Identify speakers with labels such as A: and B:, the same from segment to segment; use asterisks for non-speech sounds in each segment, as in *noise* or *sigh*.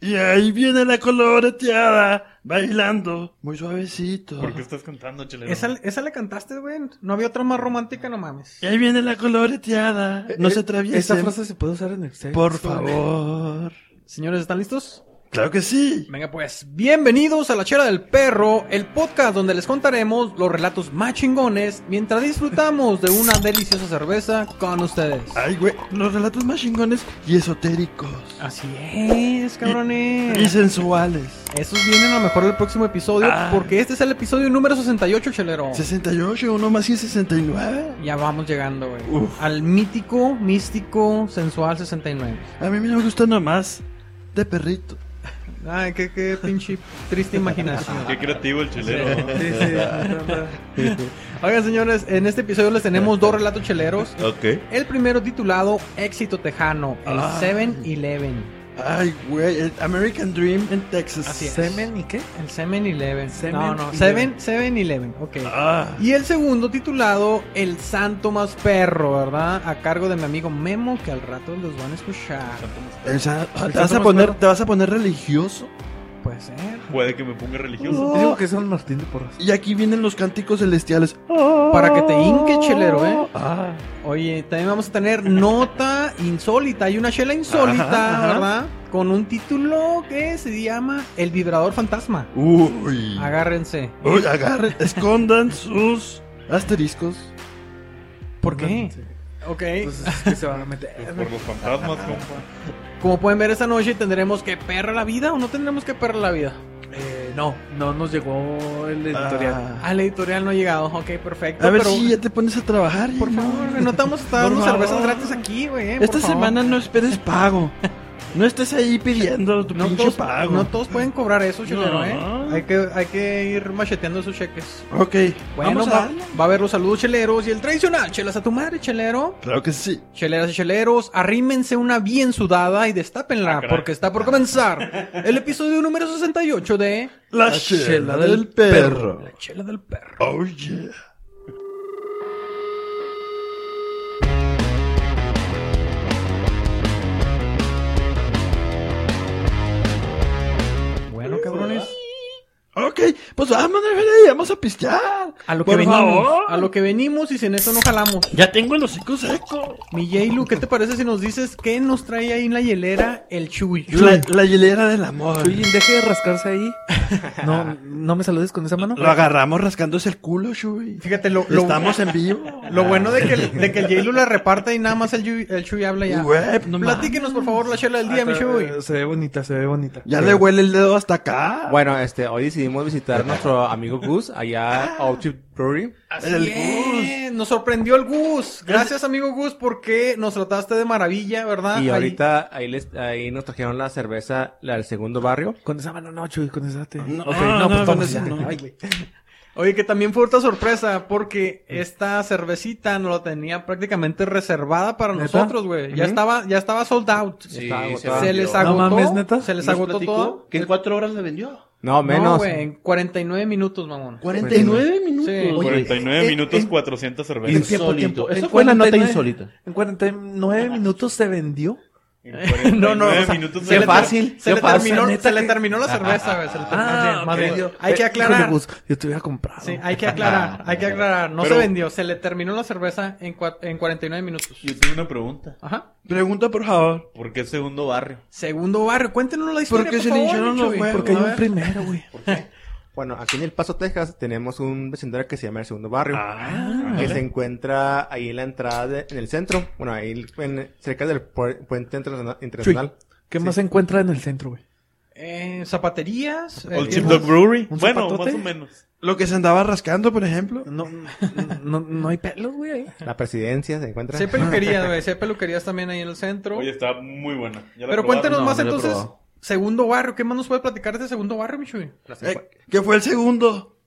A: Y ahí viene la coloreteada, bailando, muy suavecito.
B: ¿Por qué estás cantando, chelero?
C: Esa, esa la cantaste, güey. No había otra más romántica, no mames.
A: Y ahí viene la coloreteada, Eh, no se atraviesen.
D: Eh, Esa frase se puede usar en el sexo.
A: Por favor.
C: Señores, ¿están listos?
A: Claro que sí.
C: Venga pues, bienvenidos a La Chera del Perro, el podcast donde les contaremos los relatos más chingones mientras disfrutamos de una deliciosa cerveza con ustedes.
A: Ay, güey, los relatos más chingones y esotéricos.
C: Así es, cabrones.
A: Y sensuales.
C: Esos vienen a lo mejor el próximo episodio
A: Ah.
C: porque este es el episodio número 68, chelero.
A: 68, uno más y 69.
C: Ya vamos llegando, güey.
A: Uf.
C: Al mítico, místico, sensual 69.
A: A mí me gusta nomás de perrito.
C: Ay, qué, qué pinche triste imaginación.
B: Qué creativo el chelero.
C: Sí, sí. Oigan, señores, en este episodio les tenemos dos relatos cheleros.
D: Ok.
C: El primero titulado Éxito Tejano, el
A: Ah.
C: 7-Eleven.
A: Ay, güey, el American Dream en Texas.
C: Así es.
D: ¿Semen y qué?
C: El 7-Eleven. No, no,
D: 7-Eleven.
C: 7- 7-Eleven, ok.
A: Ah,
C: Y el segundo titulado El Santo Más Perro, ¿verdad? A cargo de mi amigo Memo, que al rato los van a escuchar.
A: el sa-
D: El
A: ¿te, vas a
D: santo
A: poner,
D: más
A: ¿Te vas a poner religioso?
C: Puede ser.
B: Puede que me ponga religioso.
A: Oh.
D: Yo Digo que es San Martín de Porras.
A: Y aquí vienen los cánticos celestiales.
C: Para que te hinque, chelero, ¿eh?
A: Ah,
C: Oye, también vamos a tener nota insólita. Hay una chela insólita,
A: Ajá, ajá.
C: ¿verdad? Con un título que se llama El Vibrador Fantasma.
A: uy.
C: Agárrense.
A: Uy, agarren, escondan sus asteriscos.
C: ¿Por qué?
D: Sí.
C: Ok.
A: Pues-
D: Entonces es que se van a meter.
B: Pues por los fantasmas, compa.
C: Como pueden ver esta noche tendremos que perra la vida o no tendremos que perra la vida.
D: Eh, no, no nos llegó el editorial.
A: Ah.
C: Ah, la editorial no ha llegado. Ok, perfecto.
A: A ver
C: pero,
A: si ya te pones a trabajar.
C: Por
A: hijo.
C: favor, güey, no estamos dando
A: Por
C: cervezas
A: favor.
C: gratis aquí, güey. eh, por
A: Esta
C: favor.
A: semana no esperes pago. No estés ahí pidiendo tu
C: no
A: pinche
C: todos,
A: pago.
C: no todos pueden cobrar eso, chilero,
A: No.
C: ¿eh? Hay que, hay que ir macheteando esos cheques.
A: Ok,
C: Bueno,
A: vamos a
C: va,
A: darle.
C: va a haber los saludos cheleros y el tradicional. Chelas a tu madre, chelero.
A: Claro que sí.
C: Cheleras y cheleros, arrímense una bien sudada y destápenla
B: Ah, caray.
C: porque está por comenzar el episodio número 68 de
A: La, chela, del perro.
C: La chela del perro.
A: Oh yeah.
C: Bueno, cabrones,
A: Ok, pues vamos, Freddy, vamos a pistear.
C: a lo que
A: Por
C: venimos,
A: favor.
C: a lo que venimos y sin eso no jalamos.
A: Ya tengo el hocico seco.
C: Mi Jaylu, ¿qué te parece si nos dices qué nos trae ahí en la hielera el chuy?
A: La, la hilera del amor.
D: Chuyin, deje de rascarse ahí. No, no me saludes con esa mano.
A: Lo agarramos rascándose el culo, Shui.
C: Fíjate, lo, lo-
A: Estamos en vivo.
C: lo bueno de que el, de que el Jaylu la reparte y nada más el Chuy, el Chuy habla ya.
A: Güey, no mames.
C: Platíquenos, por favor, la chela del día,
D: Ah,
C: mi Chuy.
D: eh, Se ve bonita, se ve bonita.
A: Ya le huele el dedo hasta acá.
E: Bueno, este, hoy decidimos visitar nuestro amigo Gus allá a Outfit Brewery.
A: el Gus.
C: Bien, Nos sorprendió el Gus. Gracias, amigo Gus, porque nos trataste de maravilla, ¿verdad?
E: Y
C: Ah, Ahí-
E: ahorita ahí, les, ahí nos trajeron la cerveza, la del segundo barrio.
D: Con esa mano no, Chuy, con esa te.
A: No, no,
D: Ok, pues
A: no,
D: vamos
A: con
D: ya.
A: esa no.
D: Ay, güey.
C: Oye, que también fue otra sorpresa, porque esta cervecita no la tenía prácticamente reservada para
D: ¿Neta?
C: nosotros, güey. Ya
D: Ujú.
C: estaba, ya estaba sold out.
E: Sí, se
C: Se
E: vendió.
C: les
E: No
C: agotó.
D: mames, ¿neta?
C: Se les
A: Nos
C: agotó
A: platicó
C: todo.
A: Que en cuatro horas le vendió.
E: No,
C: No,
E: menos.
C: güey, en 49 minutos, mamón.
A: 49 minutos.
C: Sí.
A: Oye,
B: 49
D: eh,
B: minutos,
D: eh,
B: 400
A: *laughs*
D: En
B: cervezas.
D: tiempo, tiempo.
A: Eso
D: En
A: fue una nota
D: 49
A: insólita.
D: En 49 minutos se vendió.
B: En 49
C: No, no, o sea,
B: minutos
C: se
B: de-
C: le-
E: fácil,
C: Se,
E: qué
C: le
E: fácil.
C: terminó,
D: Neta
C: se le
D: que-
C: terminó la cerveza, güey. Se le terminó.
D: Ah,
C: Más
D: ok.
C: bien, hay que
D: Híjole,
C: aclarar.
D: Gus, yo te hubiera comprado.
C: Sí, hay que aclarar, hay que aclarar. No
B: Pero-
C: se vendió, se le terminó la cerveza en, cua- en 49 minutos.
B: Pues Yo tengo una pregunta.
C: Ajá.
A: Pregunta, por favor.
B: ¿Por qué segundo barrio?
C: Segundo barrio, cuéntenos la historia.
A: ¿Por qué
C: por
A: se le
C: favor,
A: hincharon los
C: Chuy.
A: huevos?
D: Porque hay
A: A
D: un
A: ver.
D: primero, güey.
E: Bueno, aquí en El Paso, Texas, tenemos un vecindario que se llama el segundo barrio.
C: Ah,
E: que se
B: Ándale.
E: encuentra ahí en la entrada, de- en el centro. Bueno, ahí en- cerca del puer- puente interna- internacional.
D: ¿Qué más se encuentra en el centro, güey?
C: Eh, zapaterías. eh,
B: Old Chip Dog Brewery.
D: ¿Un
B: Bueno,
D: zapatote?
B: más o menos.
A: Lo que se andaba rascando, por ejemplo.
D: No, no, no hay pelos, güey. ahí.
E: La presidencia se encuentra.
C: sí hay peluquerías, güey. sí hay peluquerías también ahí en el centro.
B: Oye, está muy buena. Ya la
C: Pero
B: probaron.
C: cuéntenos
E: No,
C: más
E: no lo he
C: entonces.
E: probado.
C: Segundo barrio, ¿qué más nos puede platicar de segundo barrio, Michuy?
A: Eh, que fue el segundo.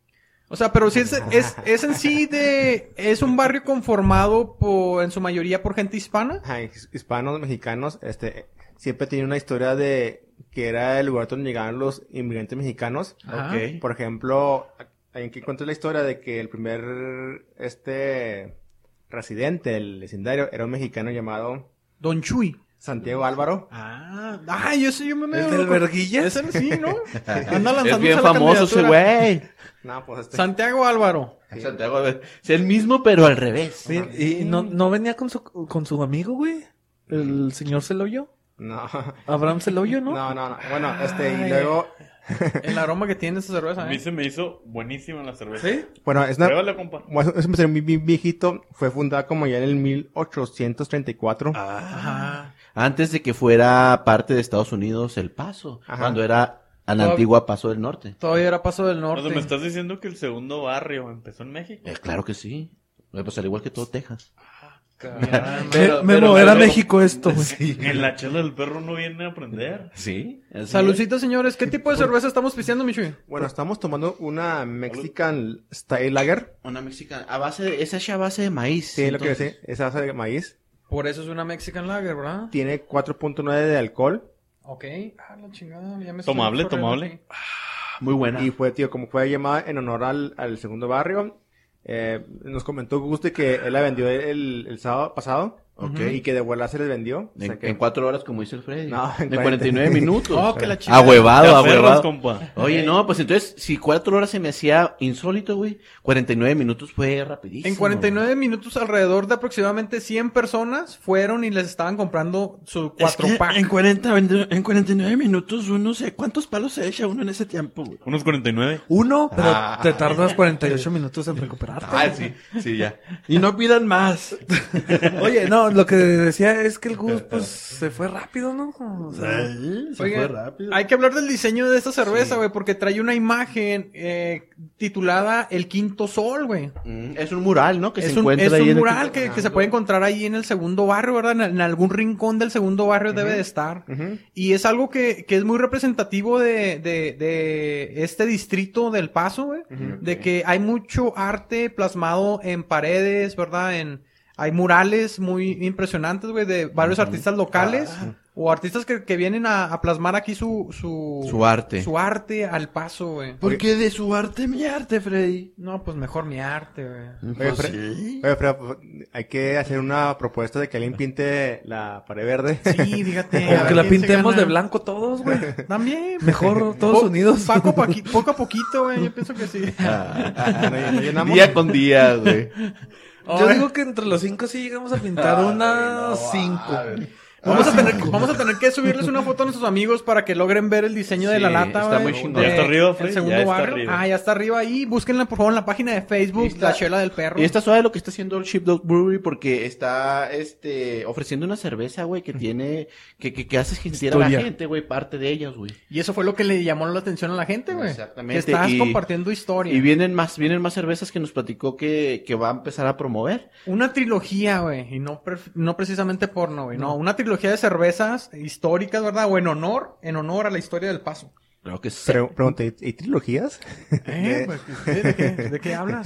C: O sea, pero si es, es, es en sí de. Es un barrio conformado por, en su mayoría por gente hispana.
E: Ajá, his- hispanos, mexicanos, este, siempre tiene una historia de que era el lugar donde llegaban los inmigrantes mexicanos.
C: Ajá.
B: Ok.
E: Por ejemplo, en que cuento la historia de que el primer este residente del vecindario era un mexicano llamado
C: Don Chuy.
E: Santiago Álvaro.
C: Ah, ah, yo sé, yo me
E: ¿Es
C: medio.
E: del Verguillas?
C: Ese sí,
B: *laughs*
C: ¿no? Anda
B: Es
C: lanzándose
B: bien
C: a la
B: famoso ese
C: candidatura.
B: güey.
E: No, pues este.
C: Santiago Álvaro.
B: Es Santiago, a ver, Es el mismo, pero al revés.
D: Sí, y no, no venía con su, con su amigo, güey. El señor Celoyo.
E: No. *laughs*
D: Abraham Celoyo, ¿no?
E: No, no, no. Bueno, este,
C: Ay.
E: y luego.
C: El aroma que tiene esa cerveza,
B: A mí
C: ¿eh?
B: se me hizo buenísima la cerveza.
C: ¿Sí?
E: Bueno, es una.
B: Pruébala, compa.
E: bueno, Es un empresario muy muy viejito. Fue fundada como ya en el 1834.
C: Ajá.
F: Antes de que fuera parte de Estados Unidos El Paso,
E: Ajá.
F: cuando era a la
C: Toda-
F: antigua Paso del Norte.
C: Todavía era Paso del
B: O sea, me
C: Norte.
B: estás diciendo que el segundo barrio empezó en México.
F: Eh, claro que sí. Eh, Pues al igual que todo Texas.
B: *laughs*
C: Caramba.
B: Pero-
D: me
B: pero-
D: moverá a
B: pero-
D: México esto, güey.
B: En la chela del perro no viene a aprender.
F: Sí. así es.
C: Saludcita, señores. ¿Qué tipo de cerveza estamos pisteando, Michuy?
E: Bueno, estamos tomando una Mexican Style Lager.
F: Una mexicana. A base de, es hecha a base de maíz.
E: Sí, es lo que
F: entonces.
E: decía. Es salsa de maíz.
C: Por eso es una Mexican Lager, ¿verdad?
E: Tiene 4.9 de alcohol.
C: Ok. Ah, la chingada. Ya me estoy
B: Tomable,
C: corriendo
B: tomable.
C: aquí.
F: Muy buena.
E: Y fue, tío, como fue llamada en honor al, al segundo barrio. eh, nos comentó Guste que él la vendió el, el sábado pasado.
F: Ok.
E: Y que de vuelta se les vendió. O
F: En,
E: sea que-
F: en cuatro horas, como dice el Freddy.
E: No, en
F: de
E: 40.
F: 49 minutos.
C: Oh, que la chingada.
B: Te
F: Ahuevado,
B: aferras,
F: ahuevado.
B: compa.
F: Oye, no, pues entonces, si cuatro horas se me hacía insólito, güey, 49 minutos fue rapidísimo.
C: En 49 minutos, alrededor de aproximadamente 100 personas fueron y les estaban comprando su
A: Es
C: 4
A: que
C: pack.
A: en, 40, veinte- en 49 minutos uno sé cuántos palos se echa uno en ese tiempo. güey?
B: Unos 49.
D: Uno, pero
F: Ah.
D: te tardas 48 minutos en recuperarte.
F: Ah, sí, sí, ya.
A: Y no pidan más.
D: Oye, no, lo que decía es que el Gus, pues, se fue rápido, ¿no? O sea,
A: Sí, se
C: Oigan,
A: fue rápido.
C: Hay que hablar del diseño de esta cerveza, güey, porque trae una imagen eh, titulada El Quinto Sol, güey.
F: Mm, Es un mural, ¿no? Que
C: es
F: se
C: un,
F: encuentra
C: es
F: ahí
C: un
F: en el-
C: mural que, que se puede encontrar ahí en el segundo barrio, ¿verdad? En, en algún rincón del segundo barrio debe de estar.
E: Ujú.
C: Y es algo que, que es muy representativo de, de, de este distrito del Paso, güey. De que hay mucho arte plasmado en paredes, ¿verdad? En, hay murales muy impresionantes, güey, de varios artistas locales
D: Ah.
C: o artistas que, que vienen a, a plasmar aquí su, su,
F: Su arte.
C: su arte al Paso, güey.
A: ¿Por qué de su arte mi arte, Freddy?
C: No, pues mejor mi arte, güey.
E: Oye,
A: Pues
E: Fre-
A: sí.
E: oye, Fre- pues, hay que hacer una propuesta de que alguien pinte la pared verde.
C: Sí,
D: *laughs*
C: fíjate. a
D: o que
C: ver
D: la
C: quién se
D: pintemos
C: gana.
D: de blanco todos, güey.
C: También.
D: Mejor todos
C: Po-
D: unidos.
C: Paco,
D: *laughs*
C: paqui- poco a poquito, güey. Yo pienso que sí.
F: Ah,
E: Ah, ¿No- no llenamos?
F: Día con día, güey. *laughs*
D: Yo digo que entre los cinco sí llegamos a pintar unas cinco.
C: Vamos a, tener, vamos a tener que subirles una foto a nuestros amigos para que logren ver el diseño de
F: Sí,
C: la lata.
F: está
C: güey,
F: muy chingón.
C: de-
F: Ya está
B: arriba,
C: el
B: Fred,
C: segundo
B: ya está
C: barrio.
B: arriba.
C: Ah, ya está arriba ahí. Búsquenla, por favor, en la página de Facebook,
F: Y está-
C: La Chela del Perro.
F: Y está suave lo que está haciendo el Sheepdog Brewery porque está este ofreciendo una cerveza, güey, que tiene que que, que hace sentir a la
D: Historia.
F: gente, güey, parte de ellas, güey.
C: Y eso fue lo que le llamó la atención a la gente, güey.
F: Exactamente,
C: Que estás
F: y-
C: compartiendo historia.
F: Y vienen más vienen más cervezas que nos platicó que, que va a empezar a promover.
C: Una trilogía, güey. Y no, pre- no precisamente porno, güey. No, una trilogía de cervezas históricas, ¿verdad? O en honor, en honor a la historia del paso.
F: Creo que sí.
E: Pre- pregunta, ¿y, y trilogías?
C: ¿Eh? Pues, ¿De, de qué, de qué hablas?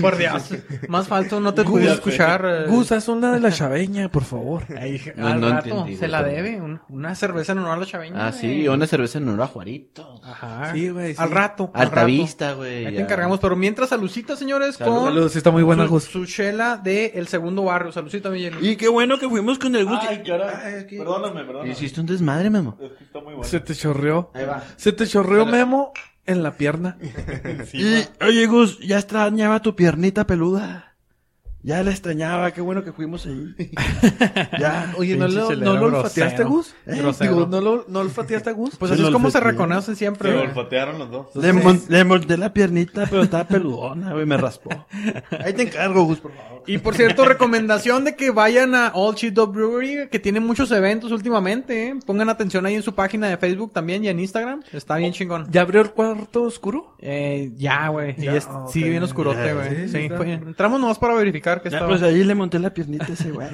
C: Por Dios. Más falso no
F: *laughs*
C: te
D: Gus,
C: pude escuchar. eh.
D: *laughs* Gus, haz una de la chaveña, por favor.
C: Ahí,
F: No,
C: al
F: no
C: rato
F: entendí,
C: se la
F: güey.
C: debe. un- una cerveza en honor a la chaveña.
F: Ah, sí,
C: güey.
F: una cerveza en honor a Juarito.
C: Ajá.
D: Sí, güey, sí.
C: Ah, Al rato. al
F: Alta
C: rato.
F: vista, güey.
C: Ahí te
F: ya.
C: encargamos. Pero mientras, salucita, señores,
F: Salud,
C: con
D: Saludos, sí está muy buena,
C: su,
D: Gus.
C: su chela de El Segundo Barrio. Salucita, Miguel.
A: Y qué bueno que fuimos con el gusto.
B: Ay, caray. Perdóname, perdóname.
F: Hiciste un desmadre, memo.
B: Es que está muy bueno.
D: Se te chorreó.
F: Ahí va.
D: Se te chorreó Memo en la pierna.
B: Encima.
A: Y, oye, Gus, ya extrañaba tu piernita peluda. Ya la extrañaba, qué bueno que fuimos ahí. ya.
D: Oye, ¿no,
C: Pinche
D: lo-
C: chelero
D: no lo olfateaste a
C: grosero.
D: Gus?
A: Eh,
D: Digo, ¿no, lo, ¿No olfateaste a Gus?
C: Pues
A: Se
C: así es
A: lo
C: como se
A: olfateé.
C: reconocen siempre.
B: Se
C: güey.
B: golpatearon los dos.
A: Le, mon- le monté la piernita, pero estaba peludona, güey, me raspó. Ahí te encargo, Gus, por favor.
C: Y por cierto, recomendación de que vayan a All Shit Dog Brewery, que tiene muchos eventos últimamente. ¿eh? Pongan atención ahí en su página de Facebook también y en Instagram. Está bien chingón.
D: Oh, ¿Ya abrió el cuarto oscuro?
C: Eh, ya, güey. Y
D: Ya,
C: es-
D: ok.
C: Sí, bien oscurote,
A: Ya,
C: güey.
D: sí,
C: Sí,
D: está.
C: fue- entramos nomás para verificar que
A: Ya,
C: estaba.
A: pues ahí le monté la piernita a ese güey.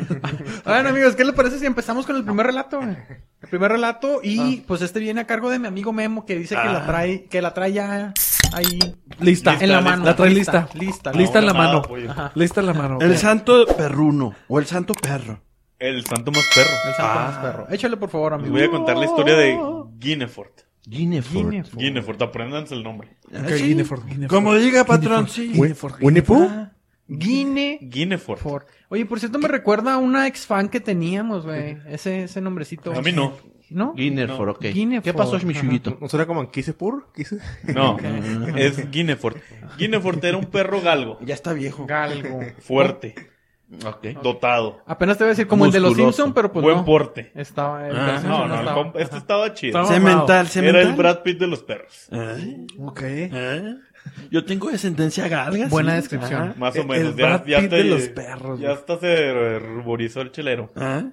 C: Bueno, amigos, ¿qué les parece si empezamos con el primer relato, güey? El primer relato y
B: Ah.
C: pues este viene a cargo de mi amigo Memo que dice que la trae, que la trae ya ahí
D: Lista.
C: en la mano.
D: La trae lista.
C: Lista.
D: Lista en la
B: Ahora nada,
D: mano.
B: pollo.
D: Ajá. Lista en la mano.
A: El santo perruno, o el santo perro.
B: El santo más perro.
C: El santo más perro. Échale por favor,
B: Ah. Les
C: amigo.
B: voy a contar la historia de Guinefort.
F: Ginefort.
C: Guinefort.
B: Guinefort, apréndanse el nombre.
C: Ah,
D: Ok, Guinefort, Guinefort.
A: Como diga, patrón, sí.
D: Guinefort,
E: ¿Winnie Pooh?
A: Ah,
C: Guinefort.
B: Guinefort.
C: Oye, por cierto, me recuerda a una ex fan que teníamos, güey. Ese, ese nombrecito.
B: A mí no.
C: ¿No?
F: Guinerfor, ok.
C: Guinefort,
F: ¿Qué pasó,
C: ajá. *laughs*
F: Shmichuguito?
E: ¿No será como en Kisepur? ¿Kise?
B: No, es Guinefort. Guinefort era un perro galgo,
A: Ya está viejo.
C: Galgo.
B: fuerte,
F: Ok.
B: dotado,
C: Apenas te voy a decir como el de los
F: Musculoso.
C: Simpson, pero pues
B: buen
C: no.
B: porte.
C: Estaba. el
A: Ah,
C: de los Simpson
B: No, no, el
C: estaba.
B: compa- este estaba chido.
C: Estaba-
A: Cemental,
B: Era el
A: cemental.
B: Brad Pitt de los perros.
A: Ay,
D: Ok.
A: ay. Yo tengo descendencia galga.
C: Buena
A: sí.
C: descripción.
A: Ajá.
B: Más o
D: El-
B: menos.
D: el Brad Pitt
B: te-
D: de los perros,
B: Ya
D: güey.
B: hasta se ruborizó el chelero.
A: Pues, Ah,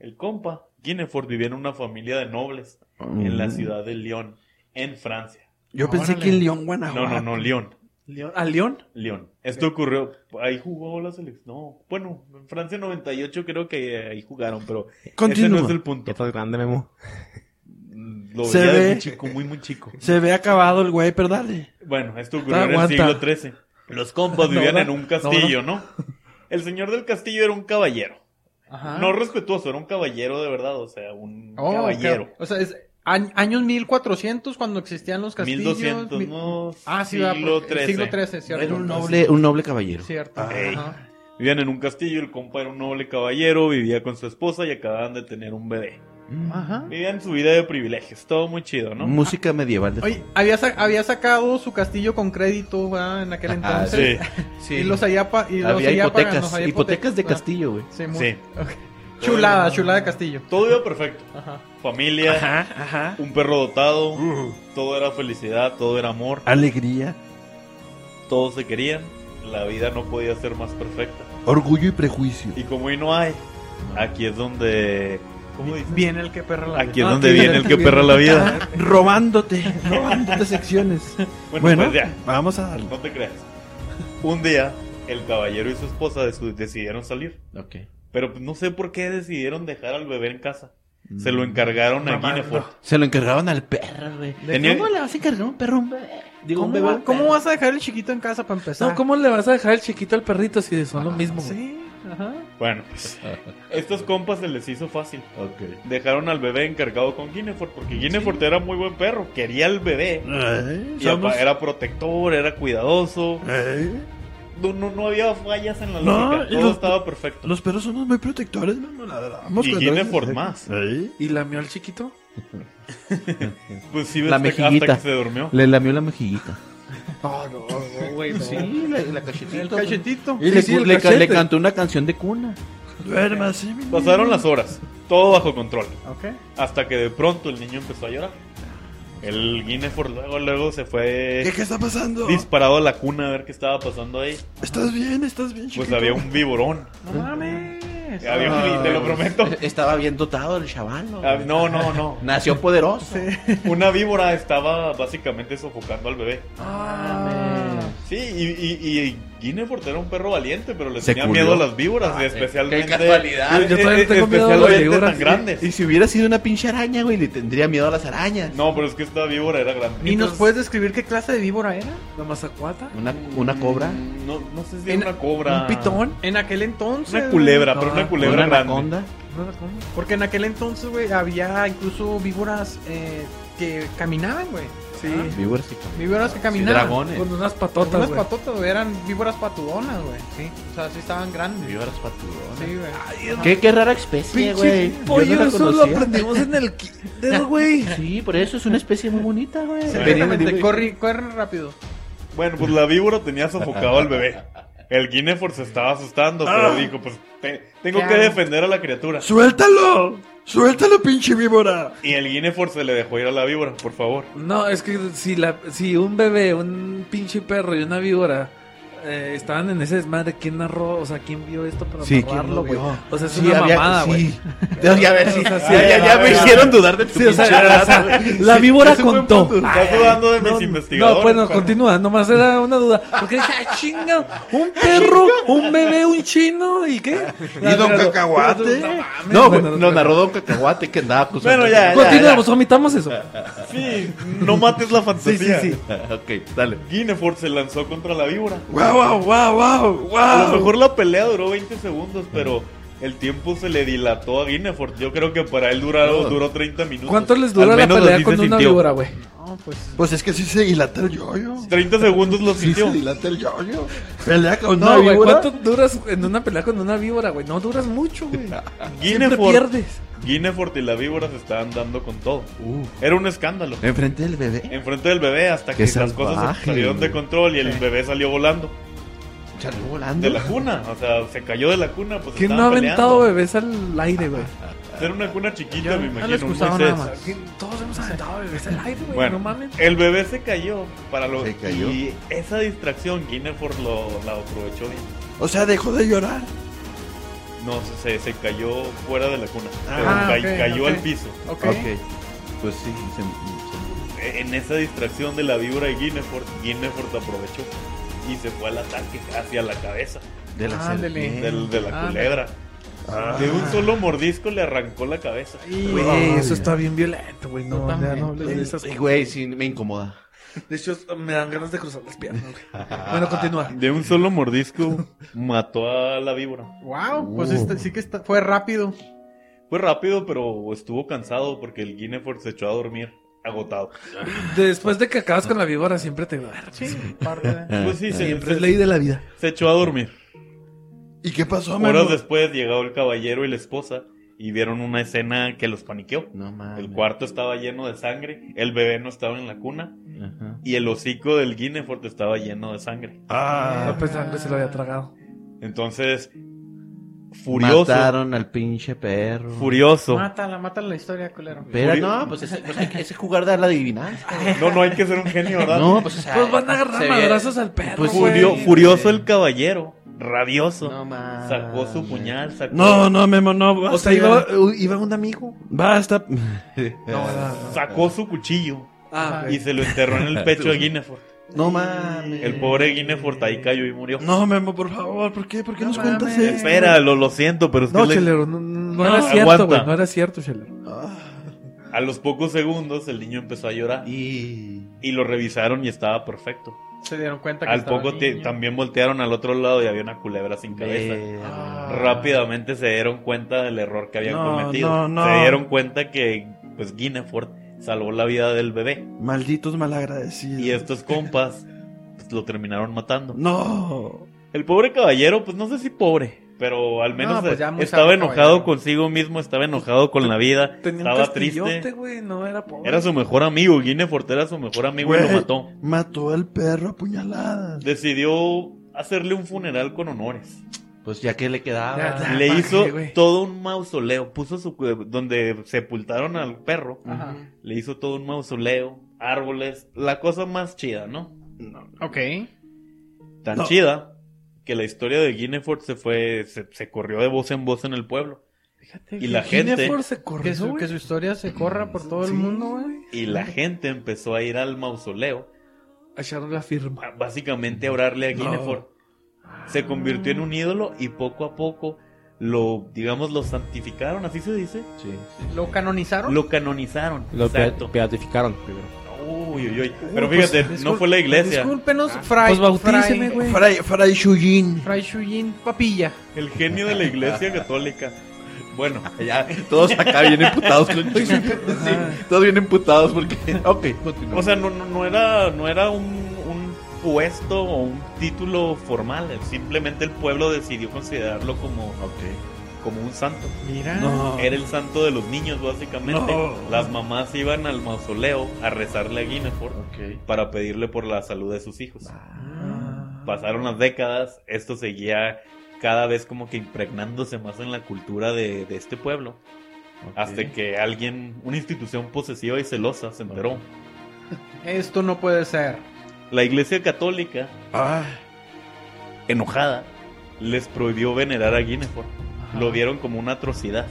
B: El compa, Guinefort, vivía en una familia de nobles
A: Mm.
B: en la ciudad de Lyon, en Francia.
A: Yo pensé
C: Órale.
A: que en León,
B: No,
A: Guanajuato.
B: no, no, Lyon.
D: León- ¿A León?
B: León. Esto ocurrió, ahí jugó la selección. No, bueno, en Francia 98 creo que ahí jugaron, pero ese
A: Continúa.
B: no es el punto.
E: Ya estás grande, Memo.
B: Lo
A: Se
B: veía de
A: ve.
B: muy chico, muy, muy chico.
A: Se ve acabado el güey, pero dale.
B: Bueno, esto ocurrió
A: Ah,
B: en el
A: aguanta.
B: siglo XIII.
A: *laughs*
B: Los compas vivían
C: no,
B: en un castillo, ¿no? El señor del castillo era un caballero.
A: Ah.
C: Ajá.
B: No respetuoso, era un caballero de verdad, o sea, un
C: Oh,
B: caballero.
C: ok. O sea, es añ- años 1400 cuando existían los castillos.
B: 1200,
C: mil-
B: no.
C: Ah, sí, va,
B: siglo
C: porque-
B: XIII.
C: siglo XIII, cierto.
F: Era un noble, un noble caballero.
C: Cierto.
A: Ah.
C: Ajá.
B: Vivían en un castillo, el compa era un noble caballero, vivía con su esposa y acababan de tener un bebé.
C: Ajá.
B: Vivían su vida de privilegios, todo muy chido, ¿no?
C: Mm.
F: Música medieval. de-
C: Oye, había, sa- había sacado su castillo con crédito ¿verdad? en aquel
F: Ah,
C: entonces. *laughs*
B: Sí,
F: Sí.
C: Y los allá pa- y los
F: había
C: seguía pagando,
F: hipotecas,
C: había
F: hipotecas de
C: ah,
F: castillo, güey.
C: sí, muy-
B: sí.
C: ok. Chulada, chulada de castillo.
B: Todo iba perfecto.
C: Ajá. Uh.
B: Familia,
A: ajá.
B: un perro dotado, todo era felicidad, todo era amor,
A: Alegría,
B: todos se querían, la vida no podía ser más perfecta.
A: orgullo y prejuicio.
B: Y como hoy no hay, aquí es donde... ¿Cómo dice?
C: Viene el que perra la
B: Aquí es donde
C: *laughs*
B: viene el que perra la vida.
A: Ah, robándote, robándote secciones.
B: Bueno,
A: Bueno,
B: pues ya,
A: vamos a darle.
B: no te creas. Un día, el caballero y su esposa de su- decidieron salir,
F: Ok.
B: pero pues, no sé por qué decidieron dejar al bebé en casa.
F: Mm.
B: Se lo encargaron a Guinefort.
F: Se lo encargaron al perro, güey.
B: Tenía-
F: ¿Cómo le vas a encargar a un perro a un bebé? Digo, un
C: ¿Cómo,
F: bebé a un
C: va- cómo
F: perro?
C: vas a dejar el chiquito en casa para empezar?
D: No, ¿cómo le vas a dejar el chiquito al perrito si son lo mismo? güey?
C: Sí, ajá.
B: Bueno, pues, estos compas se les hizo fácil.
F: Ok.
B: dejaron al bebé encargado con Guinefort porque Guinefort era muy buen perro, quería al bebé.
A: Ay,
B: Y
A: somos-
B: apa- era protector, era cuidadoso.
A: ay.
B: No, no, no había fallas en la
A: No,
B: lógica,
A: y
B: todo
A: los-
B: estaba perfecto.
A: Los perros somos muy protectores, no, la verdad. Vamos eh,
B: Y
A: con-
B: Guinefort más.
A: Ay.
D: ¿Y lamió al chiquito?
B: Pues sí,
F: La
B: hasta, hasta
F: mejillita.
B: que se durmió.
F: Le lamió
D: *laughs*
F: la mejillita.
D: Ah,
C: Sí,
F: la,
C: el
F: cachetita.
C: cachetito.
F: Y
D: Sí,
F: le,
D: sí, el
F: le ca-
D: cachete.
F: le cantó una canción de cuna.
A: Duerma así, mi niño.
B: Pasaron las horas, todo bajo control,
C: Ok.
B: hasta que de pronto el niño empezó a llorar. El Guinefort luego, luego se
A: ¿Qué,
B: fue
A: qué está pasando?
B: disparado a la cuna a ver qué estaba pasando ahí.
A: ¿Estás bien? ¿Estás bien, chiquito?
B: Pues había un viborón.
C: No mames.
B: Había un, vi- te lo prometo.
F: E-, Estaba bien dotado el chaval. ¿no?
B: Ah, No, no, no.
F: Nació poderoso.
B: Una víbora estaba básicamente sofocando al bebé.
D: Ah,
B: Sí, y, y, y Guinefort era un perro valiente, pero le
F: Se
B: tenía
F: culió.
B: miedo a las víboras, y especialmente.
F: Ah, qué casualidad.
D: Yo- yo todavía
B: Eh, eh,
D: tengo miedo a las
B: especialmente
D: víboras.
B: tan grandes.
F: Y si hubiera sido una pinche araña, güey, le tendría miedo a las arañas.
B: No, pero es que esta víbora era grande.
C: ¿Y nos puedes describir qué clase de víbora era?
D: ¿La mazacuata?
F: Una, una cobra.
B: Mm, No, no sé si
C: En-
B: era una cobra.
D: ¿Un pitón?
C: En aquel entonces.
B: Una culebra,
D: No,
B: pero una
F: una
B: culebra grande.
F: anaconda.
C: Porque en aquel entonces, güey, había incluso víboras eh, que caminaban, güey.
D: Sí.
F: Víboras y
C: Víboras que
F: y
C: caminaban.
F: dragones.
D: Con unas
C: Con
D: patotas,
C: unas
D: güey.
C: patotas, güey. Eran víboras patudonas, güey. Sí. O sea, sí estaban grandes.
F: Víboras patudonas.
C: Sí, güey.
F: Qué, qué rara especie, güey. Yo no
D: Pollo,
F: la
D: eso lo
F: conocía.
D: aprendimos en el kinder, güey.
F: Sí, por eso es una especie muy bonita, güey.
C: Exactamente, corri- corren rápido.
B: Bueno, pues la víbora tenía sofocado al bebé. El Guinefort se estaba asustando, pero dijo: Pues te- tengo
C: Ya.
B: que defender a la criatura.
A: ¡Suéltalo! ¡Suéltalo, pinche víbora!
B: Y el Guinefort se le dejó ir a la víbora, por favor.
D: No, es que si, la, si un bebé, un pinche perro y una víbora eh, estaban en ese desmadre, ¿quién narró? O sea, ¿quién vio esto para
F: Sí, ¿quién
D: narrarlo,
F: lo
D: güey?
F: vio?
D: O sea, es
F: Sí,
D: una
F: había-
D: mamada, güey.
F: sí. Dios, ya, a ver, sí.
D: O sea, sí,
F: ya, ya, ya me hicieron dudar de tu
D: Sí, o sea,
F: pinche
D: la-
F: raza,
D: la-
F: güey.
D: la
F: Sí,
D: víbora
F: es un buen
D: contó.
F: punto.
B: Estás dudando de mis investigadores.
D: No, bueno,
B: pero-
D: continúa, nomás era una duda. Porque dije, ah, chinga, un perro, un bebé, un chino, ¿y qué?
A: Y don Cacahuate.
F: No, güey, nos narró Don Cacahuate que andaba acusando.
B: Bueno, ya, ya.
D: Continuamos, omitamos eso.
B: Sí, no mates la fantasía.
F: *laughs* ok, dale.
B: Guinefort se lanzó contra la víbora.
A: ¡Guau, guau, guau, guau!
B: A
F: Ah.
A: guau!
B: lo mejor la pelea duró 20 segundos, pero el tiempo se le dilató a Guinefort. Yo creo que para él duró, duró 30 minutos.
D: ¿Cuánto les dura
F: Al
D: la
F: menos
D: pelea
F: así
D: con
F: se
D: una
F: sintió.
D: víbora, güey?
C: No, pues.
A: Pues es que sí se dilata el yoyo.
B: 30 segundos lo
A: Sí se
B: sintió.
A: dilata el yoyo. Pelea con una
D: No, güey,
A: víbora.
D: ¿cuánto duras en una pelea con una víbora, güey? No duras mucho, güey. Siempre
B: Guinefort,
D: pierdes.
B: Guinefort y la víbora se estaban dando con todo. Era un escándalo.
F: Uh. Enfrente del bebé.
B: Enfrente del bebé hasta que
F: Qué
B: las cosas
F: salvaje,
B: se salieron de
F: güey.
B: control y el bebé salió volando
F: Salió volando.
B: de la cuna. O sea, se cayó de la cuna. Pues
D: ¿Quién
B: estaban
D: no ha aventado
B: peleando.
D: bebés al aire, güey?
B: Era una cuna chiquita, me
C: no
B: imagino.
C: les
B: un
C: gustaba
B: Moisés.
C: nada más.
D: ¿Quién- Todos hemos aventado bebés al aire, güey.
B: Bueno, Eh,
D: No mames.
B: el bebé se cayó para lo
F: Se cayó.
B: y esa distracción Guinefort lo la aprovechó bien.
A: O sea, dejó de llorar.
B: No se, se cayó fuera de la cuna, pero
C: Ah,
B: ca-
C: ok,
B: cayó
C: ok.
B: al piso.
C: Ok.
F: Ok. Pues sí, se- se-
B: E, En esa distracción de la víbora de Guinefort, Guinefort aprovechó y se fue al ataque hacia la cabeza
F: Ah, de la
C: Ándale.
F: serpiente.
B: del- de la
C: Ah,
B: culebra.
F: ah.
B: De un solo mordisco le arrancó la cabeza.
C: Y-
D: Güey, eso está bien violento, güey. No, ya
C: Totalmente.
D: no hables de esas
F: Ay, güey, sí, me incomoda.
D: De hecho, me dan ganas de cruzar las piernas, güey. Bueno, continúa.
B: De un solo mordisco mató a la víbora.
C: Wow, pues este, sí que está- fue rápido.
B: Fue rápido, pero estuvo cansado porque el Guinefort se echó a dormir agotado.
D: Después de que acabas con la víbora, siempre te
C: Sí, parte de-
B: Pues sí, se,
D: Siempre es
B: se-
D: ley de la vida.
B: se echó a dormir.
A: ¿Y qué pasó, mi
B: Horas
A: amor?
B: después llegó el caballero y la esposa y vieron una escena que los paniqueó.
F: No mames.
B: El cuarto estaba lleno de sangre, el bebé no estaba en la cuna
F: Ajá.
B: y el hocico del Guinefort estaba lleno de sangre.
A: Ah,
D: No pensaban que pues, se lo había tragado.
B: Entonces, furioso,
F: Mataron al pinche perro.
B: furioso.
C: Mátala, mátala la historia, culero.
F: Pero
B: Furio-
F: no, pues ese, pues hay que- ese jugar de la adivinanza.
B: No, no hay que ser un genio, ¿verdad?
F: No, pues o sea,
D: Pues van a agarrar
F: se ve-
D: madrazos al perro,
F: Pues
D: güey.
B: Furio-
F: güey.
B: furioso el caballero, rabioso.
F: No mames.
B: Sacó su puñal, sacó.
A: No, no, Memo, no.
D: O
A: basta
D: sea,
A: ya.
D: iba, iba un amigo.
A: Basta.
D: No, no, no.
B: Sacó su cuchillo
D: Ah,
B: y se lo enterró en el pecho a Guinefort.
F: No mames.
B: El pobre Guinefort ahí cayó y murió.
A: No, Memo, por favor. ¿Por qué? ¿Por qué
C: No
A: nos
C: mames.
A: cuentas eso?
B: Espera, lo, lo siento, pero es que
D: No,
B: le-
D: Chelero, no, no- no
B: No,
D: era cierto,
B: Ah, aguanta.
D: güey. No era cierto, Chelero.
B: a los pocos segundos el niño empezó a llorar
F: Y...
B: y lo revisaron y estaba perfecto.
C: Se dieron cuenta que
B: Al
C: estaba
B: poco tie-
C: niño.
B: también voltearon al otro lado y había una culebra sin cabeza.
F: Verga.
B: Rápidamente se dieron cuenta del error que habían
A: No,
B: cometido.
A: no, no.
B: Se dieron cuenta que pues Guinefort salvó la vida del bebé
A: Malditos malagradecidos.
B: y estos compas pues, lo terminaron matando.
A: No.
B: El pobre caballero, pues no sé si pobre, pero al menos
C: No, pues, ya
B: eh,
C: muy
B: estaba
C: sabio
B: enojado
C: caballero.
B: consigo mismo, estaba enojado con la vida,
D: Tenía un
B: estaba
D: castillote,
B: triste.
D: güey. No era pobre.
B: Era su mejor amigo, Guinefort era su mejor amigo y
A: Güey,
B: lo mató.
A: Mató al perro a puñaladas.
B: Decidió hacerle un funeral con honores.
F: Pues ya que le quedaba.
D: Ya, ya. Ah,
B: Le
D: ¿para
B: hizo
D: qué, güey?
B: todo un mausoleo, puso su cu- donde sepultaron al perro,
D: Ah.
C: Ajá.
B: le hizo todo un mausoleo, árboles, la cosa más chida, ¿no?
C: Ok.
B: Tan
A: No.
B: chida que la historia de Guinefort se fue, se, se corrió de voz en voz en el pueblo. Y la gente,
D: Guinefort se corrió,
C: Que su,
D: güey.
C: que su historia se corra por todo
D: Sí,
C: el mundo, güey.
B: y la gente empezó a ir al mausoleo,
D: A echarle la firma.
B: a- básicamente a orarle a Guinefort. Se convirtió
C: Ah.
B: en un ídolo y poco a poco lo, digamos, lo santificaron, así se dice.
F: Sí, sí.
C: pues, ¿Lo canonizaron?
B: Lo canonizaron.
E: Lo pe-
B: Exacto.
E: beatificaron primero.
B: Uy, uy, uy. Pero
C: Uy, pues,
B: fíjate, no
C: discul-
B: fue la iglesia.
C: Discúlpenos,
B: Ah.
C: Fray.
D: Pues bautíceme,
C: Fray-
D: güey.
A: Fray, Fray Shujin.
C: Fray Shuyin Papilla.
B: El genio de la iglesia católica. Bueno,
F: Ya, todos acá bien emputados con Pues Sí, todos bien emputados porque. Ok,
B: o sea, no, no, no era, no era un, un puesto o un título formal. Simplemente el pueblo decidió considerarlo como, como un santo.
C: Mira.
A: No.
B: Era el santo de los niños, básicamente.
A: No.
B: Las mamás iban al mausoleo a rezarle a Guinefort
F: Ok.
B: para pedirle por la salud de sus hijos.
C: Ah.
B: Pasaron las décadas, esto seguía cada vez como que impregnándose más en la cultura de, de este pueblo. Hasta que alguien, una institución posesiva y celosa, se enteró.
C: Esto no puede ser.
B: La iglesia católica, enojada, les prohibió venerar a Guinefort. Lo vieron como una atrocidad.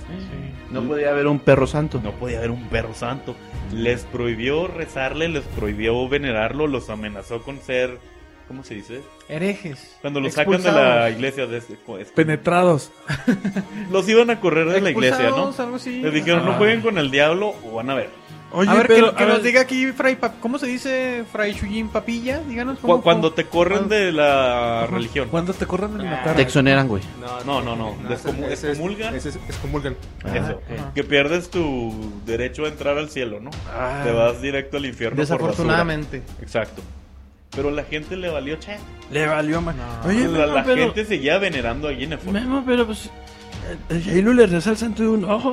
F: No podía haber un perro santo.
B: No podía haber un perro santo. Les prohibió rezarle, les prohibió venerarlo, los amenazó con ser. ¿Cómo se dice?
C: Herejes.
B: Cuando los sacan de la
C: Expulsados.
B: iglesia. de este- co- es-
D: Penetrados.
B: los iban a correr de la iglesia, ¿no?
C: Expulsados, algo así.
B: Les dijeron,
D: Ah.
B: no jueguen con el diablo o van a ver.
A: Oye,
C: a ver,
A: pero.
C: que, que
A: a
C: nos
A: ver,
C: diga aquí Fray Pap- ¿Cómo se dice Fray Chuyín Papilla? Díganos.
B: Cu-
C: cómo-
B: Cuando
C: cómo-
B: te corren de la religión.
D: Cuando te corran de la
F: Te
D: cara.
F: exoneran, güey.
B: No, no, no, descomu-
E: ese es-
B: excomulgan.
E: ese es excomulgan.
B: Eso.
C: Ajá.
B: Que pierdes tu derecho a entrar al cielo, ¿no?
A: ah,
B: Te vas directo al infierno. por basura.
C: Desafortunadamente.
B: Exacto. Pero la gente le valió che.
A: Le valió más. Oye,
B: La,
A: Memo,
B: la
A: pero.
B: gente seguía venerando a Yennefer.
A: Memo, pero pues. eh, El Jainu le reza al santo de un ojo.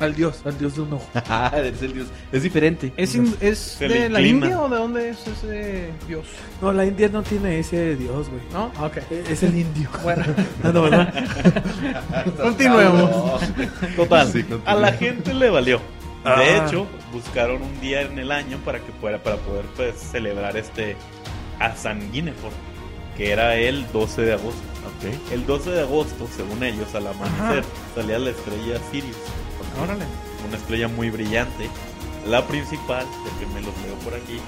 D: Al dios, al dios de un ojo.
F: *laughs* Ah, es el dios. Es diferente.
C: ¿Es, in- es
B: Se le
C: de la
B: inclina.
C: India o de dónde es ese dios?
D: No, la India no tiene ese dios, güey.
C: ¿No? Ah, Ok.
D: E- Es el indio. Bueno. no, ¿verdad?
C: Continuemos.
B: Total,
E: Sí, continúa.
B: a la gente le valió. De
A: Ah.
B: hecho, buscaron un día en el año para que fuera para poder pues, celebrar este a San Guinefort, que era el 12 de agosto. El 12 de agosto, según ellos, al amanecer salía la estrella Sirius,
C: Órale.
B: una estrella muy brillante, la principal, que me los leo por aquí,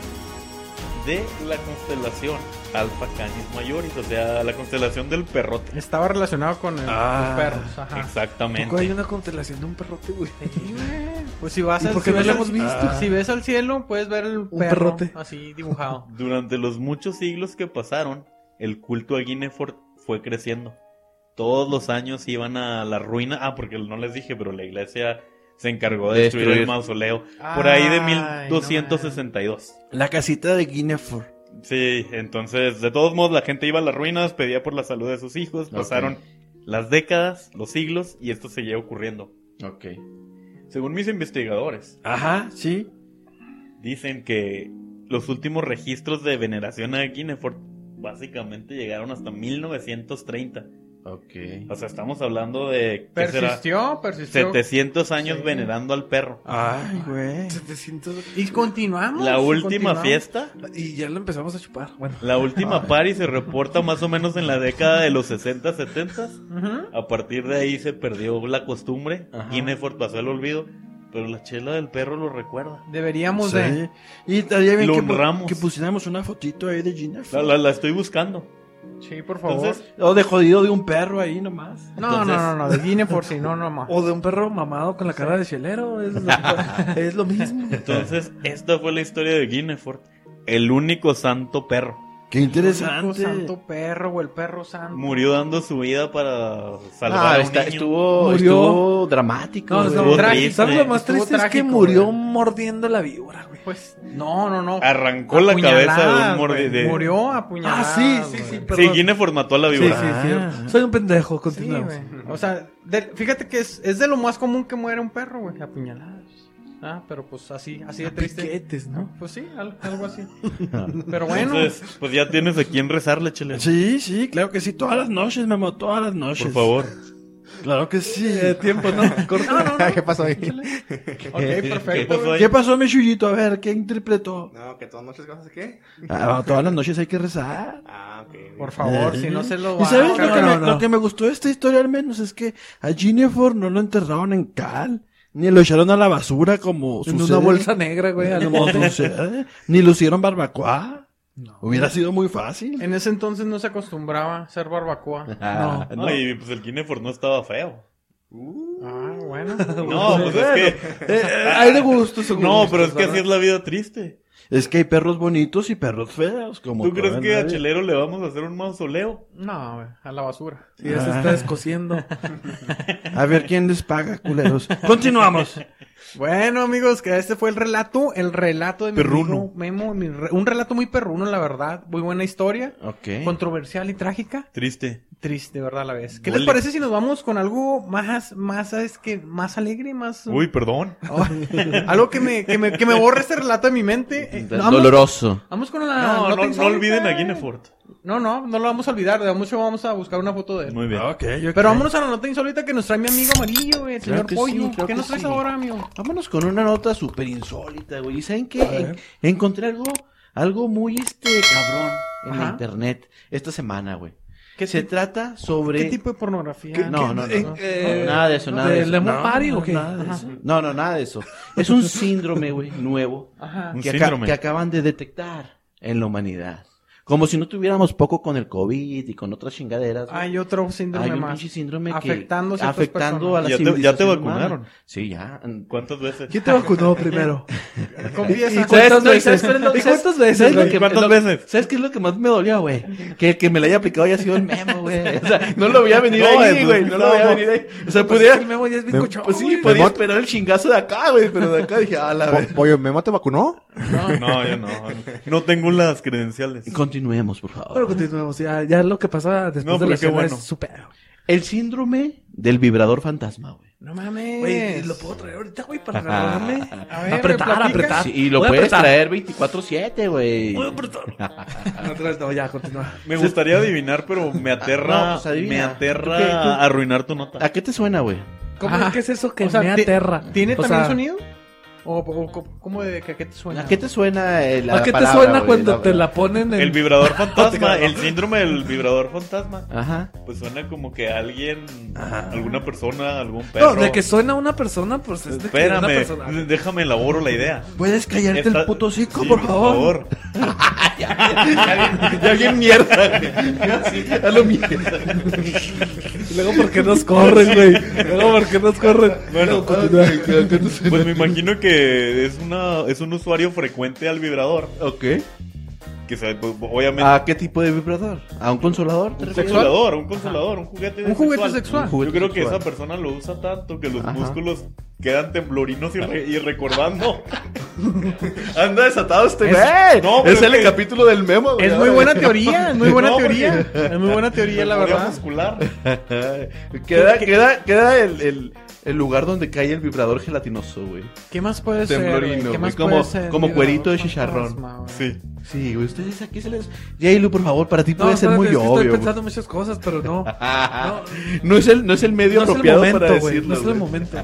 B: de la constelación Alfa Canis Majoris, o sea, la constelación del perrote.
C: Estaba relacionado con el-
A: Ah,
C: los perros. Ajá.
B: Exactamente.
D: Tampoco hay una constelación de un perrote, güey.
C: Pues si vas
D: ¿Y
C: al
D: por qué no
C: si
D: lo
C: ves
D: hemos
C: al-
D: visto?
C: Si ves al cielo, puedes ver el perro
D: perrote.
C: así dibujado.
B: Durante los muchos siglos que pasaron, el culto a Guinefort fue creciendo. Todos los años iban a la ruina. Ah, porque no les dije, pero la iglesia se encargó de
F: De
B: destruir, el
F: destruir.
B: mausoleo. Por ahí
C: Ay,
B: de 1262.
A: La casita de Guinefort.
B: Sí, entonces, de todos modos, la gente iba a las ruinas, pedía por la salud de sus hijos.
F: Ok.
B: Pasaron las décadas, los siglos, y esto seguía ocurriendo.
F: Ok.
B: Según mis investigadores,
A: Ajá, Ah, sí.
B: Dicen que los últimos registros de veneración a Guinefort básicamente llegaron hasta 1930.
F: Ok.
B: O sea, estamos hablando de ¿qué será?
C: Persistió, persistió.
B: 700 años
C: Sí.
B: venerando al perro.
A: Ay, güey.
D: 700.
C: Y continuamos.
B: La
C: y
B: última
C: Ah, continuamos.
B: fiesta,
D: Y ya lo empezamos a chupar. Bueno.
B: la última party se reporta más o menos en la década de los 60, 70.
C: Ujú.
B: A partir de ahí se perdió la costumbre. Guinefort pasó al olvido, pero la chela del perro lo recuerda.
C: Deberíamos
A: Sí.
C: de.
A: eh. Y estaría bien
B: Lo
A: que, pu-
B: honramos.
A: que pusiéramos una fotito ahí de Guinefort.
B: La, la- la estoy buscando.
C: Sí, por favor.
B: Entonces,
A: O Oh, de jodido de un perro ahí nomás.
C: no,
B: entonces-
C: no, no, no, de Guinefort, sí, no, no
B: *laughs*
C: más.
B: Oh,
D: O de un perro mamado con la cara de chelero. Es lo, es lo mismo.
B: Entonces, esta fue la historia de Guinefort, el único santo perro.
A: Qué interesante.
C: santo perro o el perro santo.
B: Murió dando su vida para salvar
F: Ah,
B: a un
F: está-
B: niño.
F: estuvo,
D: Murió.
F: estuvo dramático.
D: No,
F: güey.
D: no,
B: Estuvo
D: tra-
B: triste.
D: ¿Sabes lo más
C: Estuvo
D: triste? es que
C: trágico,
D: murió
C: güey.
D: mordiendo la víbora, güey.
C: Pues, no, no, no.
B: Arrancó la
C: Apuñaladas,
B: cabeza de
C: güey.
B: un mordidero.
C: Murió apuñalado.
D: Ah,
B: Sí, Guinefort mató a la
D: Sí, sí,
B: víbora.
D: sí. Soy un pendejo, continuamos.
C: o sea, de- fíjate que es, es de lo más común que muera un perro, güey, apuñaladas. Ah, pero pues así, así de
D: A
C: triste.
D: piquetes, ¿no?
C: Pues sí, al- algo así.
B: *laughs*
C: pero bueno,
B: Entonces, pues ya tienes a quien rezarle, chile.
A: Sí, sí, claro que sí. Todas las noches, Memo, todas las noches.
B: Por favor. Eh,
A: Claro que sí.
D: tiempo, ¿no? Corta.
E: ¿Qué pasó ahí?
C: ok, perfecto.
B: pasó
C: güey.
A: ¿Qué pasó, mi chullito? A ver, ¿qué interpretó?
E: No, que todas noches cosas qué.
A: Ah, todas las noches hay que rezar.
E: Ah, ok.
C: Por favor,
A: Eh.
C: si no se lo
A: ¿Y
C: va
A: sabes
D: no,
A: lo, que
D: no,
A: me,
D: no.
A: lo que me gustó de esta historia al menos? Es que a Ginefor no lo enterraron en cal, ni lo echaron a la basura como
D: En una
A: sucede.
D: bolsa negra, güey. a lo
A: Como
D: mejor.
A: sucede, ni lo hicieron barbacoa.
D: No.
A: Hubiera sido muy fácil.
C: En ese entonces no se acostumbraba a hacer barbacoa.
F: Ah,
D: No.
B: No, y pues el Guinefort no estaba feo.
C: Ah,
D: *laughs*
C: bueno.
B: No, pues es que...
D: hay pues, de
B: *laughs*
D: gusto, seguro.
B: No, pero es que así es la vida triste.
A: Es que hay perros bonitos y perros feos. Como
B: ¿Tú crees
A: todo en
B: que
A: la
B: a
A: vida.
B: Chelero le vamos a hacer un mausoleo?
C: No, güey, a la basura.
D: Sí, ya se está descosiendo.
A: A ver quién les paga,
B: *laughs*
A: culeros. Continuamos.
C: *laughs* Bueno, amigos, que este fue el relato, el relato de mi
A: Perruno.
C: amigo Memo, mi re- un relato muy perruno, la verdad, muy buena historia,
D: Eh.
F: ok.
C: controversial y trágica,
B: Triste.
C: triste, de verdad, a la vez. ¿Qué les
B: Duele.
C: parece si nos vamos con algo más, más, ¿sabes qué? Más alegre, más... *laughs*
B: Uy, perdón.
C: Oh, algo que me, que me, que me borre este relato de mi mente. Eh, vamos-
F: Doloroso.
C: Vamos con la...
B: No, no,
C: nota
B: no
C: insólita.
B: olviden a Guinefort.
C: No, no, no lo vamos a olvidar, de mucho vamos a buscar una foto de él.
B: Muy bien.
A: Ok, ok.
C: Pero vámonos a la nota insólita que nos trae mi amigo amarillo, güey, el
F: Claro
C: señor
F: que
C: Pollo.
F: sí, claro
C: ¿Qué
F: que
C: nos traes
F: sí.
C: ahora, amigo?
F: Vámonos con una nota súper insólita, güey. ¿Y saben qué?
A: A ver.
F: En- encontré algo, algo muy este cabrón en la
C: Ajá.
F: internet esta semana, güey.
C: ¿Qué
F: Se
C: ti-
F: trata sobre...
C: ¿Qué tipo de pornografía?
F: ¿Qué- no, no, no.
C: Eh,
F: No, nada de eso, nada de
D: ¿De
F: eso.
D: Lemon
A: No,
D: Party o
A: no,
D: qué?
A: nada de
D: Ajá.
A: eso.
F: No, no, nada de eso. Es
B: *laughs*
F: un síndrome, güey, nuevo
C: Ajá.
B: Un
F: que, aca-
B: síndrome.
F: que acaban de detectar en la humanidad. Como si no tuviéramos poco con el COVID y con otras chingaderas. güey.
C: Hay otro síndrome
F: Hay un
C: más.
F: pinche síndrome que...
C: Afectando ciertas
F: afectando a la
B: personas. Ya te- ya te
F: civilización
B: vacunaron.
F: humana. Sí, ya.
B: ¿Cuántas veces?
A: ¿Quién te vacunó primero?
C: Confiesa.
D: ¿Y cuántas
F: no, y
D: veces?
F: sabes cuál es lo-
D: ¿Y
F: sabes-
D: cuántas veces,
F: sabes lo
D: güey?
F: que-
B: ¿Cuántas
F: lo-
B: veces?
F: ¿Sabes qué es lo que más me dolió, güey? Que el que me la haya aplicado haya sido
D: *laughs*
F: el
C: *laughs*
F: memo, güey. O sea, *laughs* no lo había venido
B: No,
F: ahí,
B: pues,
F: güey. No lo
B: no.
F: había venido ahí. O sea,
D: Pues es
F: pudiera...
D: que el memo ya es bien
E: Me-
D: cochón,
F: Pues sí,
D: güey.
F: podía
E: Memo-
F: esperar el chingazo de acá, güey. Pero de acá dije, ah, la
E: Po-
F: verdad.
E: Pollo, ¿Memo te vacunó?
B: No, yo no. No tengo las credenciales.
F: Continuemos, por favor.
D: Pero continuemos, ya, ya lo que pasa
B: No,
D: después de
B: pero
D: la
B: qué
D: escena
B: bueno.
D: es su pedo.
F: El síndrome del vibrador fantasma, güey.
C: No mames.
D: Güey, lo puedo traer ahorita, güey,
F: Ah.
D: para grabarme.
C: A ver,
D: apretar,
C: platica.
D: apretar.
F: Sí, y lo
D: Voy a
F: puedes
D: apretar.
F: traer 24-7, güey.
D: Voy a apretar. No, traes, no, ya, continúa.
B: Me gustaría adivinar, pero me aterra,
F: No, pues adivina.
B: me
F: ¿Tú qué? ¿Tú?
B: aterra arruinar tu nota.
F: ¿A qué te suena, güey?
C: ¿Cómo
D: Ah,
C: es que es eso que
D: o sea,
C: me
D: ti-
C: aterra? ¿Tiene
D: O
C: también
D: sea-
C: sonido? ¿O, o co- cómo de que a qué te suena?
F: ¿A qué te suena eh, la
D: ¿A qué
F: palabra,
D: te suena
F: güey?
D: cuando te
F: palabra.
D: la ponen en
B: El vibrador fantasma, el síndrome del vibrador fantasma.
F: Ajá.
B: Pues suena como que alguien, alguna persona, algún
D: No,
B: perro.
D: de que suena una persona, pues es de que una
B: Espérame,
D: persona.
F: *laughs*
B: déjame elaboro la idea.
A: ¿Puedes callarte
B: Está-
A: el puto hocico,
B: Sí,
A: por favor?
F: *laughs* Ya bien mierda, güey. Ya lo mierda.
D: Y Luego, ¿por qué nos corren, güey? Luego, ¿por qué nos corren?
F: ah,
B: Bueno,
F: ¿A qué te
B: *laughs*
F: suena?
B: pues me imagino que es una es un usuario frecuente al vibrador,
F: Ok.
B: que se- obviamente
F: ¿A qué tipo de vibrador? *laughs* ¿A un consolador? te
B: un
F: refieres?
B: consolador, un consolador, un juguete
C: Un juguete sexual.
F: Un juguete
B: Yo creo que
F: sexual.
B: esa persona lo usa tanto que los
F: Ajá.
B: músculos quedan temblorinos y, re- y
F: *laughs*
B: recordando.
F: Anda desatado este
D: Es-
F: güey.
B: no, pero
F: es el
B: que-
F: capítulo del memo, güey.
C: Es muy buena teoría,
F: *laughs*
C: es muy buena
B: No,
C: teoría. Es muy buena teoría, la
B: Memoria
C: verdad.
B: muscular.
F: queda, queda, queda el, el, el lugar donde cae el vibrador gelatinoso, güey.
C: ¿Qué más puede ser?
F: Temblorino,
C: güey?
F: güey,
C: ¿Qué más
F: como-
C: puede ser?
F: como
C: Digo,
F: cuerito de
C: fantasma,
F: chicharrón.
C: güey.
B: Sí.
F: Sí, güey. Ustedes aquí se les. Jailu, por favor, para ti
D: No,
F: puede ser
D: espérate,
F: muy
D: es que
F: obvio.
D: Estoy
F: güey.
D: pensando muchas cosas, pero no.
F: *laughs* Ah, no es el, no es el medio
D: no es el
F: apropiado para
D: momento, güey. No
F: decirlo.
D: es el
F: güey. Ah,
D: momento.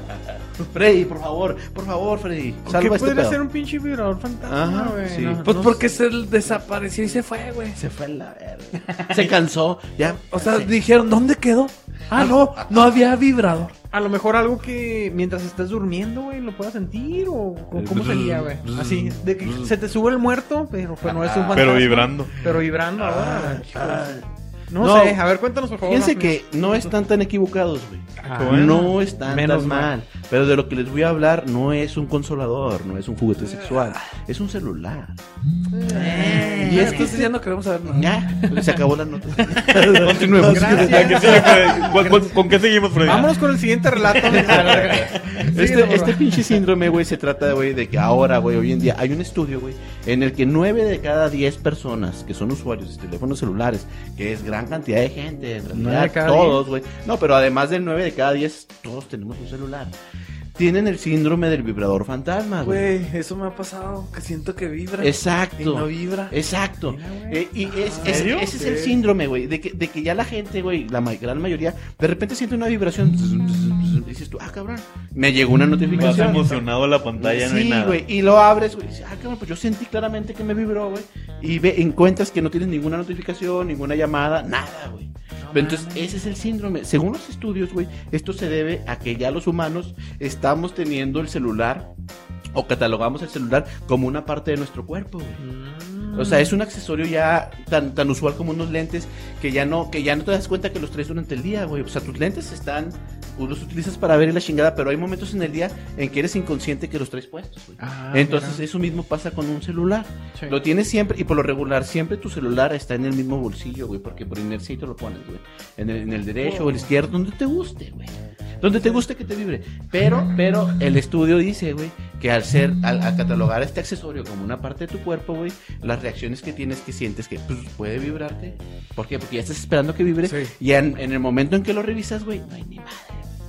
F: Freddy, por favor, por favor, Freddy.
C: ¿Qué
F: Salva este
C: podría
F: pedo.
C: ser un pinche vibrador fantasma,
F: Ajá,
C: güey?
F: sí.
C: No,
D: Pues
C: no
D: porque se desapareció y se fue, güey.
F: Se fue a la verga. Se cansó. Ya.
D: O sea, dijeron, ¿dónde quedó? Ah, no, no había vibrador.
C: A lo mejor algo que mientras estés durmiendo, güey, lo puedas sentir o, o cómo sería, güey. Así, de que se te sube el muerto, pero pues, no es un fantasma.
B: Ah, Pero vibrando.
C: Pero vibrando ahora. güey. no,
F: no.
C: sé, a ver, cuéntanos por favor.
F: Fíjense
C: más-
F: que no están tan equivocados, güey.
C: Ah,
F: No están
C: Menos
F: tan
C: mal.
F: mal. Pero de lo que les voy a hablar no es un consolador, no es un juguete sexual, es un celular.
C: Eh.
D: Y es que ya no queremos saber nada.
F: Ya, se acabó la nota. Continuemos.
B: ¿A qué sigue, Freddy? ¿Cu- cu- ¿Con qué seguimos, Freddy?
C: Vámonos con el siguiente relato. de la verga. Síguelo,
F: Este,
C: por
F: este
C: favor. *laughs*
F: pinche síndrome, güey, se trata, güey, de que ahora, güey, hoy en día hay un estudio, güey, en el que 9 de cada 10 personas que son usuarios de teléfonos celulares, que es gran cantidad de gente, en
C: Nueve de
F: realidad,
C: cada
F: todos, güey. No, pero además del 9 de cada 10, todos tenemos un celular. Tienen el síndrome del vibrador fantasma, Ah, güey.
D: Güey, eso me ha pasado, que siento que vibra. Y
F: Exacto.
D: no vibra.
F: Exacto. Eh, y es, es-
B: serio?
F: ese es el síndrome, güey, de que, de que ya la gente, güey, la ma- gran mayoría, de repente siente una vibración. *laughs* y dices tú, ah, cabrón, me llegó una
B: Vas
F: notificación.
B: emocionado a la pantalla, no hay
F: Sí,
B: nada.
F: güey, y lo abres, güey, y dices, ah, cabrón, pues yo sentí claramente que me vibró, güey, y ve, encuentras que no tienes ninguna notificación, ninguna llamada, nada, güey. Pero entonces, ese es el síndrome. Según los estudios, güey, esto se debe a que ya los humanos estamos teniendo el celular o catalogamos el celular como una parte de nuestro cuerpo, güey. O sea, es un accesorio ya tan, tan usual como unos lentes que ya no que ya no te das cuenta que los traes durante el día, güey. O sea, tus lentes están, los utilizas para ver y la chingada, pero hay momentos en el día en que eres inconsciente que los traes puestos, güey.
C: Ah,
F: Entonces,
C: mira.
F: eso mismo pasa con un celular.
C: Sí.
F: Lo tienes siempre, y por lo regular, siempre tu celular está en el mismo bolsillo, güey, porque por inercia ahí te lo pones, güey. En el, en el derecho o el izquierdo, donde te guste, güey. Donde te guste que te vibre. Pero, pero el estudio dice, güey, que al ser, al, al catalogar este accesorio como una parte de tu cuerpo, güey, las reacciones que tienes que sientes que pues, puede vibrarte. ¿Por qué? Porque ya estás esperando que vibre.
D: Sí.
F: Y en, en el momento en que lo revisas, güey, no hay ni madre.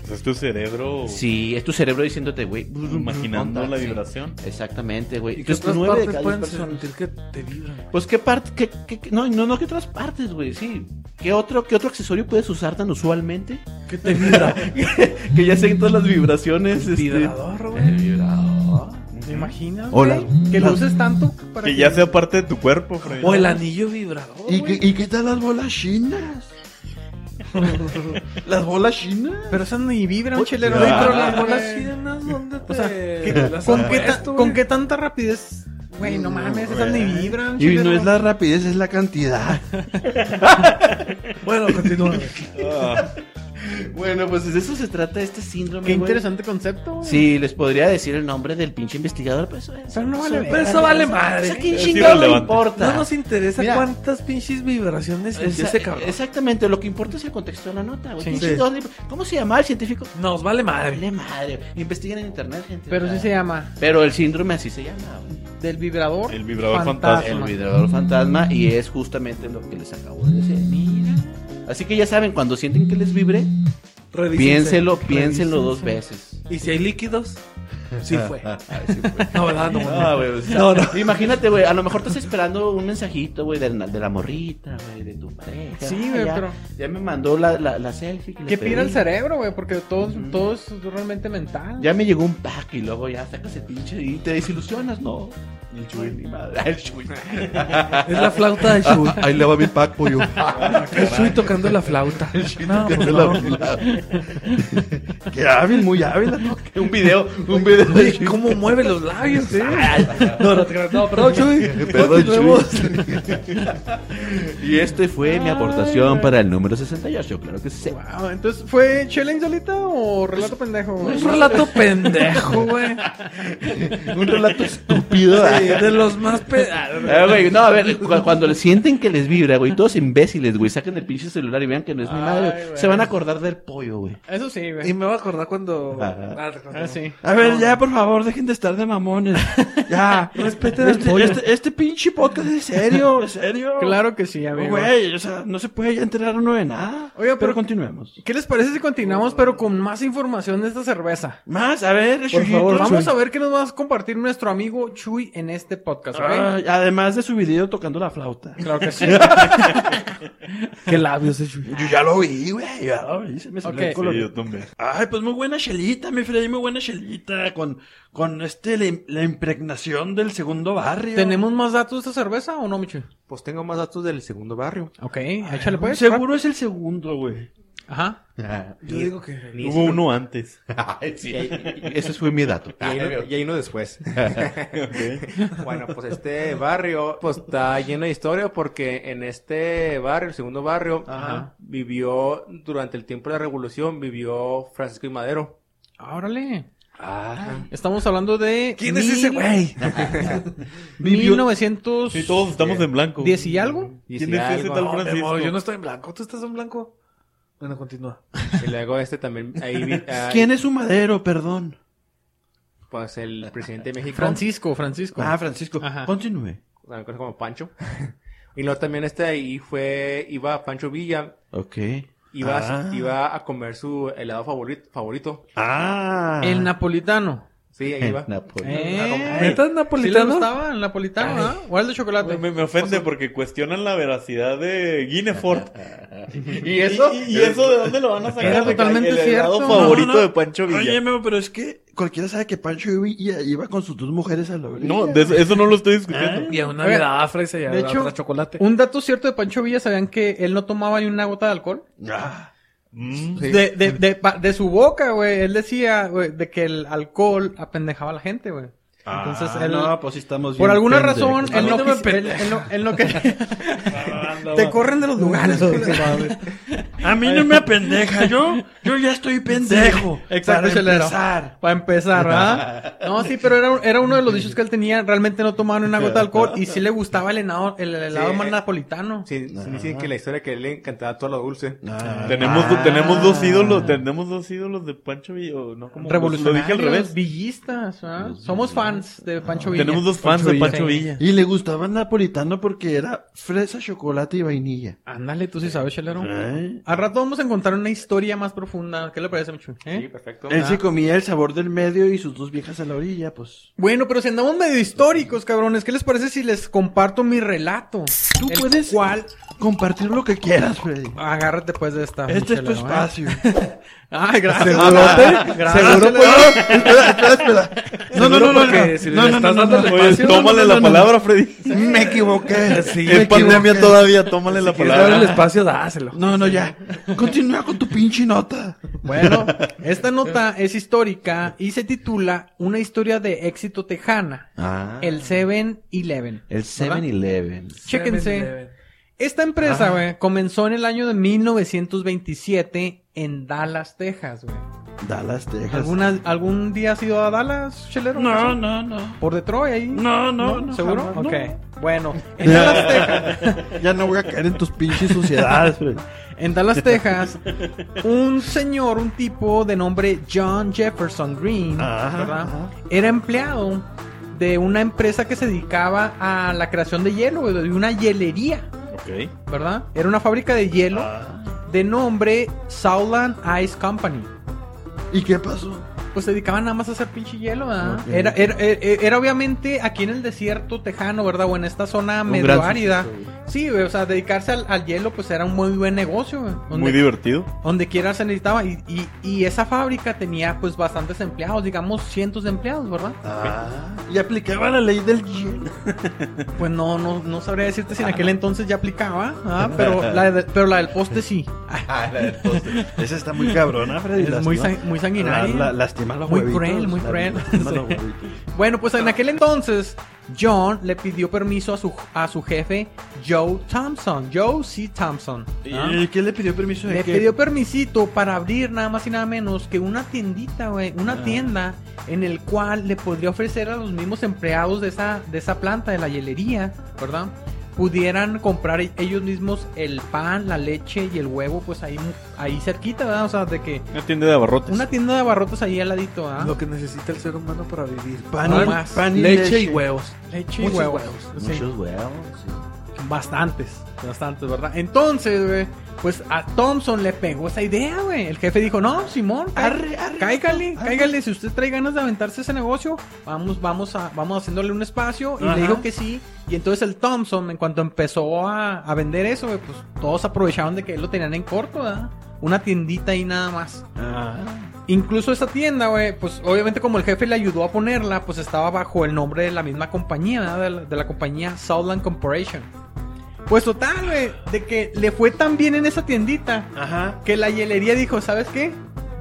B: Pues es tu cerebro
F: Sí, es tu cerebro diciéndote, güey,
B: imaginando la
F: *laughs* sí.
B: vibración.
F: Exactamente, güey.
D: ¿Y qué
F: Entonces,
D: otras
F: nueve de
D: partes
F: cada
D: pueden
F: diez personas.
D: sentir que te vibran?
F: Pues qué parte, qué, qué- qué- no, no, no, qué otras partes, güey, sí. ¿Qué otro, qué otro accesorio puedes usar tan usualmente? *laughs*
D: ¿Qué te vibra?
F: que ya sean todas las vibraciones. este,
D: Vibrador,
F: el
D: güey.
F: vibrador.
C: ¿Te imaginas?
F: Hola.
C: güey? Que lo uses tanto para
B: Que ya sea parte de tu cuerpo, Freddy.
C: Oh,
D: O el anillo vibrador.
A: ¿Y,
D: güey.
A: qué- ¿Y qué tal las bolas chinas?
F: Las bolas chinas.
C: Pero esas ni vibran, chelero.
B: Ah.
D: Pero las
C: güey.
D: bolas chinas, ¿dónde te
C: sea,
D: las
C: ¿Qué-
D: han
C: ¿Con, qué ta-
D: puesto,
C: con
D: güey?
C: qué tanta rapidez Güey, no mames, esas ni vibran.
A: Y no
C: chingado.
A: es la rapidez, es la cantidad.
D: Bueno, continúa.
B: Ah,
F: Bueno, pues de eso se trata este síndrome.
C: Qué
F: güey.
C: interesante concepto. güey.
F: Si les podría decir el nombre del pinche investigador, pues. eh, Eso no vale.
D: Pero eso vale madre.
F: Eso aquí
B: Es
F: chingado le
B: irrelevante.
F: importa.
D: No nos interesa
F: Mira.
D: cuántas pinches vibraciones sintió
F: Esa-
D: ese cabrón.
F: exactamente, lo que importa es el contexto de la nota. güey.
D: Sí.
F: Pinche
D: Sí.
F: dónde- ¿Cómo se llama el científico?
D: Nos vale madre.
F: Vale madre. Investiguen en internet, gente.
C: Pero sí se llama
F: Pero el síndrome así se llama. güey.
C: del vibrador.
B: el vibrador
C: Fantasma.
B: fantasma.
F: El vibrador fantasma y es justamente lo que les acabo de decir. Mira. Así que ya saben, cuando sienten que les vibre,
D: Revísense.
F: piénselo, piénselo dos veces.
D: Y si hay líquidos, sí fue.
F: Ah, sí, güey.
D: No, ¿verdad? No,
F: Ah, güey, o sea,
D: No, no.
F: Imagínate, güey, a lo mejor estás esperando un mensajito, güey, de, la- de la morrita, güey, de tu pareja.
C: Sí,
F: Ah,
C: güey,
F: ya,
C: pero-
F: Ya me mandó la, la, la selfie. que le
C: Que pira el
F: pedí.
C: cerebro, güey, porque todo,
F: Ujú.
C: todo es realmente mental.
F: Ya me llegó un pack y luego ya sacas el pinche y te desilusionas, ¿no? El chuy, ni madre. El chuy.
D: Es la flauta de Shui.
A: Ahí le va mi pack, pollo.
D: Es Shui tocando la flauta. No, por favor.
A: Qué hábil, muy hábil. *laughs* ¿no?
F: un video, un video de
D: Oye, ¿Cómo mueve los labios? eh? *laughs* No, no, te creas. no, perdón, Chuy.
A: Perdón,
D: Continuemos.
F: Y este fue mi aportación para el número 68, claro que sí.
C: Wow, entonces, ¿fue challenge solita o relato pendejo? güey?
D: Un relato pendejo, güey.
A: Pues,
F: Un relato estúpido.
A: ah.
D: De los más pe- Ah,
F: Ah, güey, no, a ver, cu- cuando le sienten que les vibra, güey, todos imbéciles, güey, saquen el pinche celular y vean que no es mi madre, güey.
C: Ay, güey.
F: se van a acordar del pollo, güey.
C: Eso sí, güey.
D: Y me voy a acordar cuando.
F: Ajá.
D: Ah, te
C: Ah,
D: creas, no.
C: sí.
A: A ver, ya, por favor, dejen de estar de mamones.
F: *laughs*
C: *laughs*
A: Ya, respeten al pollo. Este, este pinche podcast es *laughs* serio, es serio.
C: Claro que sí, amigo.
A: Güey, o sea, no se puede ya enterar uno de nada.
C: Oiga, pero-
A: pero continuemos.
C: ¿Qué les parece si continuamos, pero con más información de esta cerveza?
A: Más, a ver,
C: Por
A: Chuyito.
C: favor, vamos
A: Chuy.
C: a ver qué nos va a compartir nuestro amigo Chuy en este podcast, ¿ok?
A: Ah, además de su video tocando la flauta.
C: Claro que sí.
D: Qué labios
C: eh,
D: es Shui.
A: Yo ya lo vi, güey, ya lo vi, se me salió
C: Ok.
A: el color.
B: Sí, yo también.
A: Ay, pues muy buena chelita, mi Freddy, muy buena chelita, con, con este, la, im- la impregnación del segundo barrio.
C: ¿Tenemos más datos de esta cerveza o no, Michu?
E: Pues tengo más datos del segundo barrio.
C: Ok, échale pues.
A: Seguro es el segundo, güey.
C: Ajá. *laughs*
D: Yo digo que.
E: Ni-
B: Hubo uno antes.
F: Y ahí- y Ese fue mi dato.
E: Y hay uno- y hay uno después. *laughs* bueno, pues este barrio pues está lleno de historia porque en este barrio, el segundo barrio, ah,
C: Ajá.
E: vivió durante el tiempo de la revolución, vivió Francisco y Madero.
C: Ah, Órale. Estamos hablando de.
D: ¿Quién es ese güey?
C: 1900.
B: Sí, todos estamos en blanco.
C: 10 y algo.
E: Y
B: ¿Quién
E: si
B: es ese
E: algo-
B: tal
D: No,
B: Francisco?
D: Memo, yo no estoy en blanco. ¿Tú estás en blanco? Bueno, continúa.
E: Y luego este también. Ahí vi- ahí,
A: ¿Quién es su madero, perdón?
E: Pues el presidente de México.
C: Francisco, Francisco.
A: Ah, Francisco,
C: Ajá.
A: continúe.
E: También conocido como Pancho. *laughs* y luego también este ahí fue, iba Pancho Villa,
A: Ok.
E: iba,
A: Ah.
E: a, iba a comer su helado favorito. favorito.
A: Ah.
C: El napolitano.
E: Sí,
C: *laughs*
E: ahí
F: *laughs*
E: iba.
C: ¿Eh?
D: ¿Neta
C: ¿Sí
D: es
C: le
D: napolitano?
C: gustaba el napolitano, ah? ¿O el de chocolate?
B: Me, me- me ofende porque cuestionan la veracidad de Guinefort.
C: *laughs*
E: ¿Y eso?
B: ¿Y, y eso de dónde lo van a sacar?
C: Era totalmente
B: el helado
C: cierto.
B: favorito
A: No, no.
B: de Pancho Villa.
A: Oye, Memo, pero es que cualquiera sabe que Pancho iba, iba con sus dos mujeres a la
C: *laughs*
A: orilla.
B: no, de eso, eso no lo estoy discutiendo.
C: Ah.
D: Y a una
C: Oiga,
D: le daba fresa y a
C: de
D: la
C: hecho,
D: otra chocolate.
C: Un dato cierto de Pancho Villa, ¿sabían que él no tomaba ni una gota de alcohol?
A: Ah,
B: Mm.
C: De, de, de, pa- de su boca, güey. Él decía, güey, de que el alcohol apendejaba a la gente, güey. Entonces,
A: ah,
C: él-
A: no, pues sí estamos
C: Por
A: bien
C: alguna
A: pendejos.
C: razón,
D: A
C: él
F: Ah,
D: mí
C: no,
D: no me
C: quis- él- él no- él no quería... Te corren de los lugares,
A: A mí no me apendeja, yo, yo ya estoy pendejo.
C: Exacto,
A: para
C: chelero.
A: empezar.
C: Para empezar, ¿verdad? No, sí, pero era, un- era uno de los dichos que él tenía. Realmente no tomaba ni una gota de alcohol y sí le gustaba el helado, el helado
E: Sí.
C: más napolitano.
E: Sí, sí dicen que la historia que a él le encantaba todo lo dulce.
A: Ah.
B: Tenemos,
A: Ah.
B: tenemos dos ídolos, tenemos dos ídolos de Pancho Villa, o no como lo
C: Revolucionarios,
B: dije al revés.
C: villistas, ¿verdad? Somos fans de Pancho Villa.
B: Tenemos dos fans de Pancho Villa.
A: Y le gustaba el napolitano porque era fresa, chocolate y vainilla.
C: Ándale, tú sí sabes, Chelero.
A: ¿Eh?
C: Al rato vamos a encontrar una historia más profunda. ¿Qué le parece, Michu? ¿Eh?
E: Sí, perfecto.
A: Él se comía el sabor del medio y sus dos viejas a la orilla, pues.
C: Bueno, pero si andamos medio históricos, cabrones, ¿qué les parece si les comparto mi relato?
A: Tú
C: El
A: puedes-
C: cual
A: compartir lo que quieras, Freddy.
C: Agárrate pues de esta.
A: Este es tu
C: Michelle, ¿no, eh?
A: espacio. *laughs* Ah,
C: Ay, gracias.
A: Seguro, pues. Espera, espera, espera. No, no, no, no, no.
D: Porque si
A: No,
D: le
A: no,
D: estás
A: no,
D: dando
A: no,
D: el
A: no.
B: Oye,
D: espacio,
B: tómale
D: no, no,
B: la
D: no, no.
B: palabra, Freddy.
A: Me
D: *laughs*
A: equivoqué. Sí,
B: es pandemia todavía, tómale la
D: Si quieres darle el
B: palabra.
D: espacio, dáselo.
A: No, no, ya. Continúa con tu pinche nota.
C: Bueno, esta nota es histórica y se titula Una historia de éxito tejana.
F: Ah,
C: El 7-Eleven.
F: el 7-Eleven.
C: Chéquense. Esta empresa, güey, comenzó en el año de 1927 en Dallas, Texas, güey.
A: Dallas, Texas.
C: ¿Alguna- ¿Algún día has ido a Dallas, chelero?
D: No, no, no.
C: ¿Por Detroit ahí?
D: No, no, no,
C: ¿Seguro?
D: jamás,
C: ok.
D: *laughs*
C: Bueno, en Dallas, Texas.
A: Ya no voy a caer en tus pinches suciedades, Freddy.
C: En Dallas, Texas, un señor, un tipo de nombre John Jefferson Green,
A: Ajá,
C: ¿verdad?
A: ajá.
C: Era empleado de una empresa que se dedicaba a la creación de hielo, güey, de una hielería,
B: Ok.
C: ¿verdad? Era una fábrica de hielo
D: Ah.
C: de nombre Southland Ice Company.
A: *laughs* ¿Y qué pasó?
C: Pues se dedicaban nada más a hacer pinche hielo, ¿verdad?
A: Ok.
C: Era, era, eh, era- era obviamente aquí en el desierto tejano, ¿verdad? O en esta zona
F: Un
C: medio
F: gran
C: árida.
F: suceso, güey.
C: Sí, güey, o sea, dedicarse al, al hielo pues era un muy buen negocio, güey.
B: Muy
C: Donde-
B: divertido.
C: donde quiera se necesitaba y, y, y esa fábrica tenía pues bastantes empleados, digamos cientos de empleados, ¿verdad?
A: Ah, y aplicaba la ley del hielo.
C: Pues no, no, no sabría decirte si en
F: Ah.
C: aquel entonces ya aplicaba, ah, pero,
F: *laughs*
C: la de- pero la del poste sí,
A: Ah, la del poste. *laughs* Esa está muy cabrona, Freddy.
C: es muy,
A: Lastima-
C: san- muy
A: la,
C: sanguinaria.
A: la- lastima los
C: Muy
A: huevitos,
C: cruel, muy
A: la-
C: cruel.
A: lastima *laughs*
C: Sí.
A: los huevitos.
C: Bueno, pues en aquel entonces John le pidió permiso a su, a su jefe Joe Thompson, Joe C. Thompson. ¿ah?
A: ¿Y qué le pidió permiso de
C: Le
A: qué?
C: pidió permisito para abrir nada más y nada menos que una tiendita, güey, una tienda en el cual le podría ofrecer a los mismos empleados de esa, de esa planta, de la hielería, ¿verdad? Pudieran comprar e- ellos mismos el pan, la leche y el huevo, pues ahí, ahí cerquita, ¿verdad? O sea, de que
B: Una tienda de abarrotes.
C: una tienda de abarrotes ahí al ladito, ¿ah?
D: Lo que necesita el ser humano para vivir.
A: Pan,
C: No
A: y-
C: más.
A: pan y
D: leche, y huevos.
C: Leche
D: Muchos
C: Sí.
F: Muchos huevos. Pues sí.
C: Bastantes, bastantes, ¿verdad? Entonces, güey, pues a Thompson le pegó esa idea, güey. El jefe dijo, no, Simón,
A: Arre,
C: cáigale,
A: arre,
C: cáigale,
A: arre.
C: cáigale. Si usted trae ganas de aventarse ese negocio, vamos, vamos a, vamos haciéndole un espacio. Y
A: Ajá.
C: le dijo que sí. Y entonces el Thompson, en cuanto empezó a, a vender eso, güey, pues todos aprovecharon de que lo tenían en corto, ¿verdad? Una tiendita y nada más.
A: Ah,
C: Incluso esa tienda, güey, pues obviamente como el jefe le ayudó a ponerla, pues estaba bajo el nombre de la misma compañía, ¿verdad? de la, de la compañía Southland Corporation. Pues total, güey, de que le fue tan bien en esa tiendita
A: Ajá.
C: que la hielería dijo, ¿sabes qué?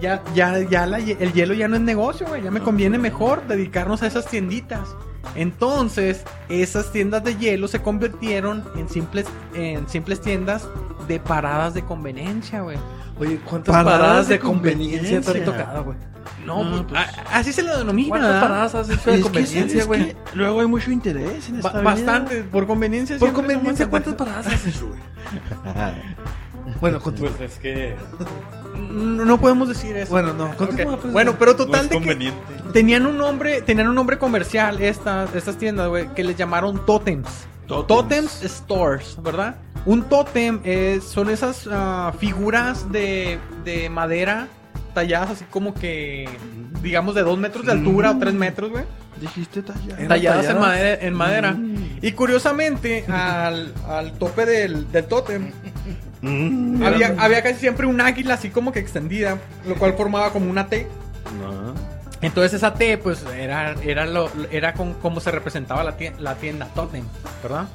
C: Ya, ya, ya la hie- el hielo ya no es negocio, güey, ya me conviene mejor dedicarnos a esas tienditas. Entonces, esas tiendas de hielo se convirtieron en simples, en simples tiendas de paradas de conveniencia, güey.
D: Oye, ¿cuántas
A: Paradas
D: paradas,
A: de
D: de conveniencia te han
A: conveniencia.
D: tocado, güey?
C: No,
A: Ah,
C: pues, a- así se le denomina.
D: ¿Cuántas
C: ¿verdad?
D: paradas has hecho de
A: Es que, es
D: conveniencia,
A: que
D: güey?
A: luego hay mucho interés en esta
C: Ba-
A: vida.
C: bastante, por conveniencia.
D: Por
C: siempre
D: conveniencia,
C: nomás se
D: ¿cuántas paradas haces, güey? *laughs* Bueno, continúa.
B: Pues es que
C: guarda. No, no podemos decir eso.
D: Bueno, no, continúa,
C: Ok.
D: pues,
C: bueno,
D: güey.
C: pero
B: no
C: total de
B: es
C: que
B: conveniente.
C: tenían un nombre, tenían un nombre comercial estas, estas tiendas, güey, que les llamaron totems.
A: Totems.
C: Totems Stores, ¿verdad? Un totem es- son esas ah, figuras de, de madera talladas así como que, digamos, de dos metros de altura o tres metros, güey.
A: Dijiste tallar.
D: Era-
C: talladas en
D: talladas.
C: madera. En madera. Y curiosamente, al, al tope del, del tótem, había, había casi siempre un águila así como que extendida, lo cual formaba como una T. Entonces esa T, pues, era, era, lo, era con, como se representaba la tienda, la tienda tótem, ¿verdad?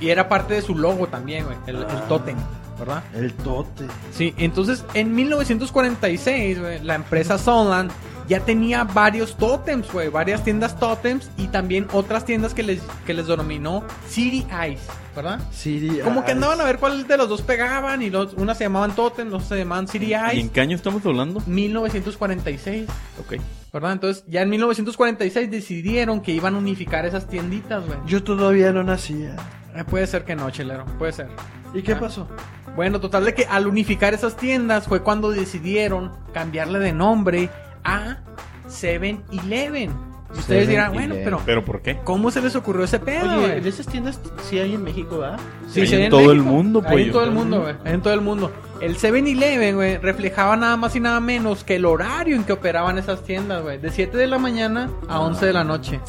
C: Y era parte de su logo también, güey, el, el
A: Ah.
C: tótem, ¿verdad?
A: El tote.
C: Sí, entonces en 1946, güey, la empresa Sunland ya tenía varios tótems, güey, varias tiendas tótems y también otras tiendas que les, que les denominó City Eyes, ¿verdad?
A: Siri.
C: Como que
A: Eyes.
C: andaban a ver cuál de los dos pegaban y los, unas se llamaban Totem, los se llamaban City
B: ¿Y en
C: Eyes.
B: qué año estamos hablando?
C: 1946,
B: Ok.
C: ¿verdad? Entonces ya en 1946 decidieron que iban a unificar esas tienditas, güey.
A: Yo todavía no nacía.
C: Eh, puede ser que no, chelero, puede ser.
A: ¿Y qué
C: Ah.
A: pasó?
C: Bueno, total de que al unificar esas tiendas fue cuando decidieron cambiarle de nombre a 7-Eleven. Y Ustedes dirán, bueno, pero
F: 7-Eleven.
B: ¿Pero por qué?
C: ¿cómo se les ocurrió ese pedo?
F: Oye,
C: güey?
F: de esas tiendas sí hay en México, ¿verdad?
B: Hay
C: sí,
B: en
C: hay
B: todo el
C: México.
B: mundo,
C: Hay
B: pues.
C: en todo el mundo, güey. Hay en todo el mundo. El 7-Eleven, güey, reflejaba nada más y nada menos que el horario en que operaban esas tiendas, güey. De 7 de la mañana a 11 de la noche.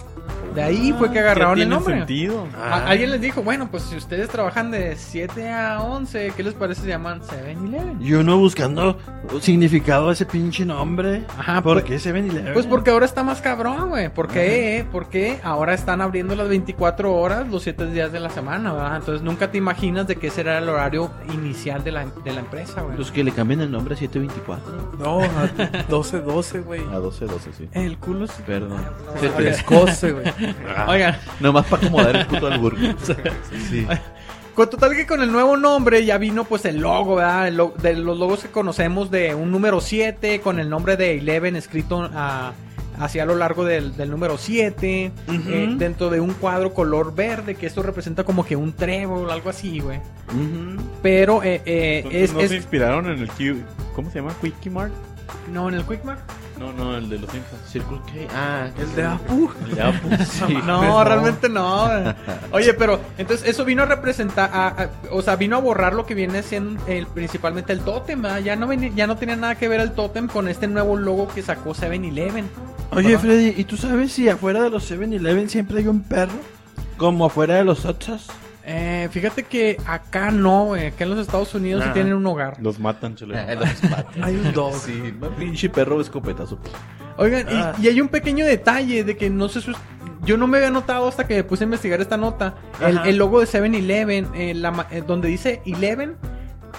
C: De ahí fue que agarraron el
B: tiene
C: nombre. Ah,
B: sentido. Ah.
C: A- Alguien les dijo, bueno, pues si ustedes trabajan de 7 a 11, ¿qué les parece si llaman 7-Eleven?
A: Y uno buscando significado a ese pinche nombre.
C: Ajá,
A: Ah, ¿Por
C: pues-
A: qué se ven y le
C: Pues porque ahora está más cabrón, güey. ¿Por qué? eh? Porque ahora están abriendo las 24 horas los 7 días de la semana, ¿verdad? Entonces nunca te imaginas de qué será el horario inicial de la, de la empresa, güey.
F: Los que le cambian el nombre a 724.
D: No, a 12-12, güey.
F: A 1212, sí.
C: El culo se...
F: Perdón.
D: Se te escoce, *laughs* güey.
C: Oigan,
F: Nomás para acomodar el puto *laughs* albur.
A: Sí.
C: Con total que con el nuevo nombre ya vino pues el logo, ¿verdad? El lo- de los logos que conocemos de un número 7 con el nombre de Eleven escrito a- hacia a lo largo del, del número 7 eh, dentro de un cuadro color verde que esto representa como que un trébol, algo así, güey. Pero eh, eh,
B: Entonces,
C: es,
B: ¿No
C: es-
B: se inspiraron en el Q? ¿Cómo se llama? ¿Quickie Mart?
C: No, en el Quick Mart.
B: No, no, el de los Simpsons.
F: Circle K. Ah,
D: El de Apu.
B: El
C: *laughs*
B: de Apple.
C: no, realmente no. Oye, pero entonces eso vino a representar, a- a- o sea, vino a borrar lo que viene siendo el, principalmente el tótem. ¿verdad? Ya no venía- ya no tenía nada que ver el tótem con este nuevo logo que sacó 7-Eleven.
A: Oye,
C: ¿verdad?
A: Freddy, ¿y tú sabes si afuera de los 7-Eleven siempre hay un perro? Como afuera de los otros.
C: Eh, fíjate que acá no, güey. acá en los Estados Unidos sí
F: Nah.
C: tienen un hogar.
B: Los matan,
C: Eh,
B: chulo.
D: Hay un dog.
F: Sí, un pinche perro escopetazo.
C: Oigan, y-
A: Ah.
C: y, hay un pequeño detalle de que no sé si us- yo no me había notado hasta que me puse a investigar esta nota. El,
A: Ajá.
C: el logo de 7-Eleven, eh, la ma- eh, donde dice 11,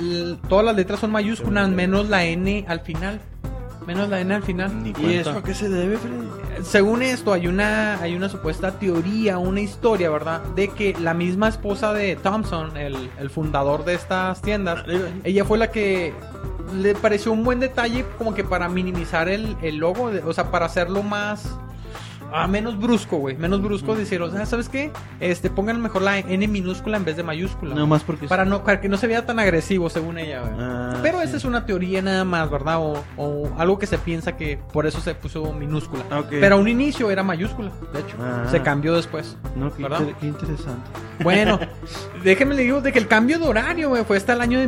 C: l- todas las letras son mayúsculas menos la N al final. Menos la N al final.
B: Ni
A: ¿Y
B: cuenta.
A: eso a qué se debe, Freddy?
C: Eh, Según esto, hay una, hay una supuesta teoría, una historia, ¿verdad? De que la misma esposa de Thompson, el, el fundador de estas tiendas, ella fue la que le pareció un buen detalle como que para minimizar el, el logo, de- o sea, para hacerlo más... ah, menos brusco, güey. Menos brusco decir, o sea, ¿sabes qué? Este, pongan mejor la N minúscula en vez de mayúscula.
F: No más porque.
C: para, no, para que no se vea tan agresivo, según ella, güey.
F: Ah,
C: Pero
F: sí.
C: esa es una teoría nada más, ¿verdad? O, o algo que se piensa que por eso se puso minúscula.
A: Ok.
C: Pero a un inicio era mayúscula, de hecho.
F: Ah.
C: Se cambió después.
F: No, qué,
C: ¿verdad?
F: inter- qué interesante.
C: Bueno, déjenme le digo de que el cambio de horario, güey, fue hasta el año de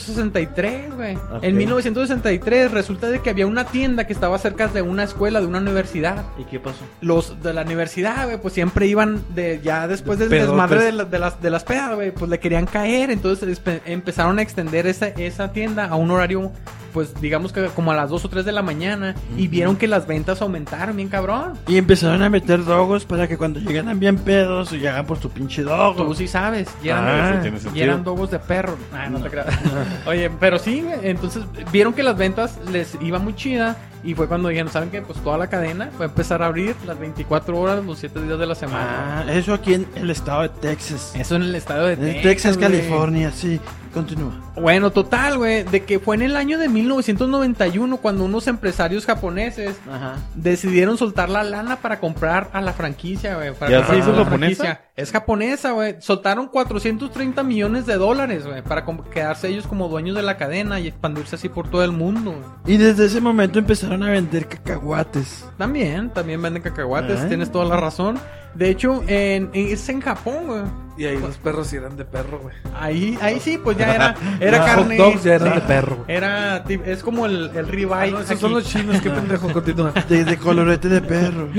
C: 1963, güey.
F: Ok.
C: En 1963 resulta de que había una tienda que estaba cerca de una escuela, de una universidad.
F: ¿Y qué pasó?
C: Los de la universidad, güey, pues siempre iban de ya después del
D: Pedotes.
C: desmadre de, la- de las de las pedas, güey, pues le querían caer, entonces espe- empezaron a extender esa esa tienda a un horario pues digamos que como a las 2 o 3 de la mañana y vieron que las ventas aumentaron bien cabrón.
A: Y empezaron a meter dogos para que cuando llegaran bien pedos, llegaran por su pinche dogo.
C: Tú Pues sí sabes, y eran
B: Ah,
A: Ah,
B: eso tiene
C: Y
B: sentido.
C: eran dogos de perro. Ah, no, te creas. *laughs* Oye, pero sí, güey, entonces vieron que las ventas les iba muy chida y fue cuando dijeron, ¿saben qué? Pues toda la cadena fue a empezar a abrir las 24 horas, los 7 días de la semana.
A: Ah, eso aquí en el estado de Texas.
C: Eso en el estado de
A: En Texas,
C: güey.
A: California, sí. Continúa.
C: Bueno, total, güey, de que fue en el año de 1991 cuando unos empresarios japoneses
F: Ajá.
C: decidieron soltar la lana para comprar a la franquicia, güey. para
B: ¿Ya
C: comprar
B: se hizo
C: a la
B: japonesa?
C: franquicia. Es japonesa, güey. Soltaron 430 millones de dólares, güey, para com- quedarse ellos como dueños de la cadena y expandirse así por todo el mundo, güey.
A: Y desde ese momento empezaron a vender cacahuates.
C: También, también venden cacahuates,
A: Ah.
C: tienes toda la razón. De hecho, en, en- es en Japón, güey.
D: Y ahí los perros sí eran de perro, güey.
C: Ahí, ahí sí, pues ya era, era
D: Los
C: carne.
D: Hot dogs ya eran
C: Sí.
D: de perro, güey.
C: Era, ti- es como el, el
D: Ah,
C: ribeye.
D: no, esos
C: aquí.
D: son los chinos, *laughs* qué pendejo, continúa.
A: De, de colorete de perro.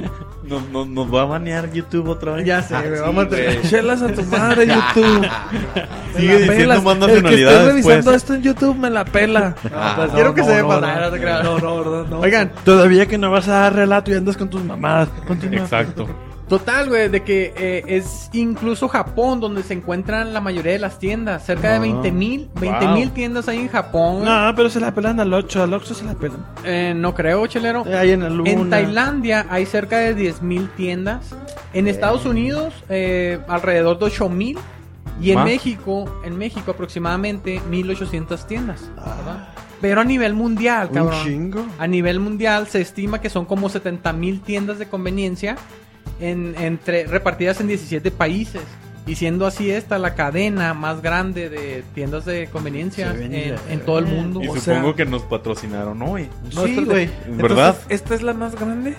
B: Nos, nos, nos va a banear YouTube otra vez.
C: Ya sé, güey, vamos a tener-
D: Chelas a tu madre,
C: *laughs*
D: YouTube. Me
B: Sigue
D: la
B: diciendo
D: pelas.
B: más
D: El que esté
B: nacionalidades,
D: revisando
B: pues.
D: esto en YouTube me la pela.
F: Ah,
D: pues,
C: quiero que se vea
D: no,
C: para- Ah, no te creas.
D: no, no, no, no.
C: Oigan,
A: Todavía que no vas a dar relato y andas con tus mamadas. Continúa.
B: Exacto.
C: Total, güey, de que eh, es incluso Japón donde se encuentran la mayoría de las tiendas. Cerca de 20 mil
B: Ah. Wow.
C: tiendas hay en Japón. güey.
A: No, pero se la pelan al 8, al 8 se la pelan.
C: Eh, no creo, chelero.
A: Eh, Ahí en la luna.
C: En Tailandia hay cerca de 10 mil tiendas. En Estados Unidos, eh, alrededor de 8 mil. Y en
B: Más.
C: México, en México aproximadamente 1800 tiendas.
B: Ah.
C: ¿verdad? Pero a nivel mundial,
A: Un
C: cabrón.
A: chingo.
C: A nivel mundial se estima que son como 70.000 tiendas de conveniencia en- entre, repartidas en 17 países. Y siendo así esta la cadena más grande de tiendas de conveniencia
A: Se ven
C: en,
A: y la
C: en todo el
A: ven.
C: mundo.
B: Y
D: O sea-
B: supongo que nos patrocinaron hoy.
D: No,
A: sí,
D: espérate.
A: güey.
D: Entonces,
B: ¿Verdad?
D: ¿Esta es la más grande?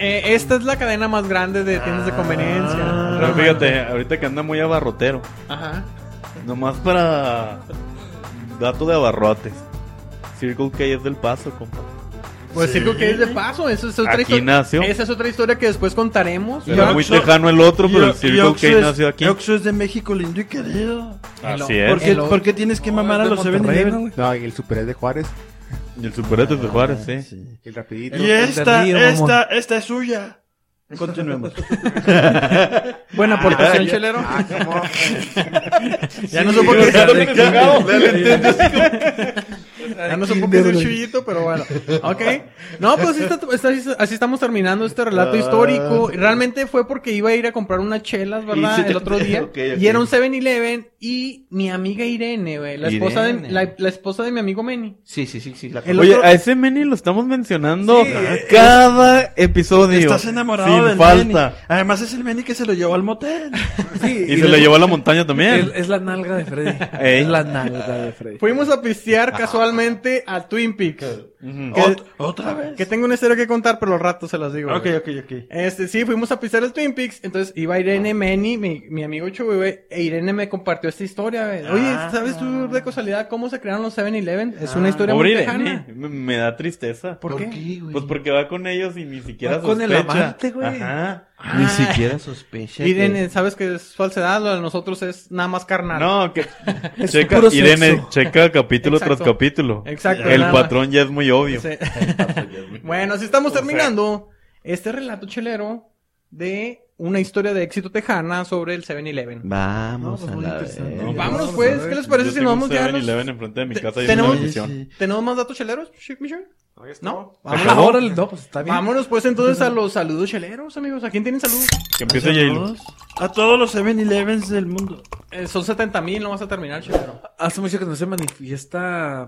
C: Eh, esta es la cadena más grande de tiendas de
A: Ah.
C: conveniencia.
B: Pero fíjate, ahorita que anda muy abarrotero.
C: Ah, Ajá.
B: Nomás para dato de abarrotes. Circle K es del paso, compa.
C: Pues Circo que es de paso, eso es otra
B: Aquí
C: historia.
B: nació.
C: Esa es otra historia que después contaremos.
B: Era muy
A: Oxxo-
B: tejano el otro, pero el Circo K nació aquí.
A: Oxo es de México lindo y querido.
B: Así
A: ¿Por
B: es.
A: qué,
C: El o-
A: por qué tienes que mamar a los 7-Eleven?
E: No, y el Super es de Juárez.
B: Y el superete de Juárez, sí.
E: El rapidito.
A: Y
D: El
A: esta,
D: perdido,
A: esta,
D: mamón.
A: esta es suya. Continuemos.
C: Buena aportación, Chelero.
E: Ah,
C: *laughs*
E: cómo.
A: ya no supo qué
D: ya
A: hacer.
D: de que-
C: Ya no supo que es el chuyito, pero bueno. Ok. No, pues así, está- está- así estamos terminando este relato histórico. Y Realmente fue porque iba a ir a comprar unas chelas,
F: Y
C: ¿verdad?
F: se-
C: El otro día.
F: Ok, ok.
C: Y era un 7-Eleven y mi amiga Irene, güey. La esposa, de,
B: Irene.
C: la, la esposa de mi amigo Manny.
F: Sí, sí, sí, sí. la-
C: El
B: Oye,
C: otro-
B: a ese Meni lo estamos mencionando
C: Sí,
B: cada episodio.
A: Estás enamorado
B: Sin
A: del
B: falta.
A: Manny. Además es el Manny que se lo llevó al motel.
D: Sí,
B: Y se lo llevó a la montaña
D: Es,
B: también.
D: es la nalga de Freddy.
B: Ey.
D: Es la nalga de Freddy.
C: Fuimos a pistear casualmente a Twin Peaks.
B: Ujú.
C: Que-
A: Ot- ¿Otra vez?
C: Que tengo una historia que contar, pero los ratos se las digo.
A: Ok,
C: güey.
A: ok, ok.
C: Este, sí, fuimos a pisar el Twin Peaks, entonces iba Irene Meni, mi, mi amigo Chuy, güey, e Irene me compartió esta historia, güey. Oye,
A: Ah.
C: ¿sabes tú de casualidad cómo se crearon los 7-Eleven? Es una historia
B: Pobre
C: muy
B: Irene,
C: lejana.
B: me, me da tristeza.
C: ¿Por, qué?
F: güey?
B: Pues porque va con ellos y ni siquiera
D: Va con el
B: sospecha.
D: amante, güey.
B: Ajá.
F: Ni siquiera sospecha. que-
C: Irene, ¿sabes que es falsedad? Lo de nosotros es nada más carnal. *laughs*
B: No, que
D: Es
B: checa,
D: puro sexo.
B: Irene, checa capítulo
C: Exacto.
B: tras capítulo.
C: Exacto,
B: El
C: nada más.
B: patrón ya es muy obvio.
C: Sí. *laughs* bueno, así estamos terminando este relato chelero de una historia de éxito tejana sobre el 7-Eleven.
F: Vamos
D: No, pues,
F: a
D: muy
F: la
D: interesante.
F: verga.
B: No,
C: Vámonos
D: vamos a
C: pues,
D: ver.
C: ¿qué les parece
B: Yo
C: si
B: tengo
C: nos
B: un
C: vamos ya? a los-
B: 7-Eleven enfrente de mi
C: Te-
B: casa y
C: tenemos-
B: una bendición.
C: ¿Tenemos más datos cheleros, Chief Mission? No.
D: Ahora ahora el no, pues está bien.
C: Vámonos pues entonces a los saludos cheleros, amigos. ¿A quién tienen saludos?
B: Que empiece J-Lo.
A: A todos los 7-Elevens del mundo.
C: Eh, son 70 mil, no vas a terminar, chelero.
D: Hace mucho que no se manifiesta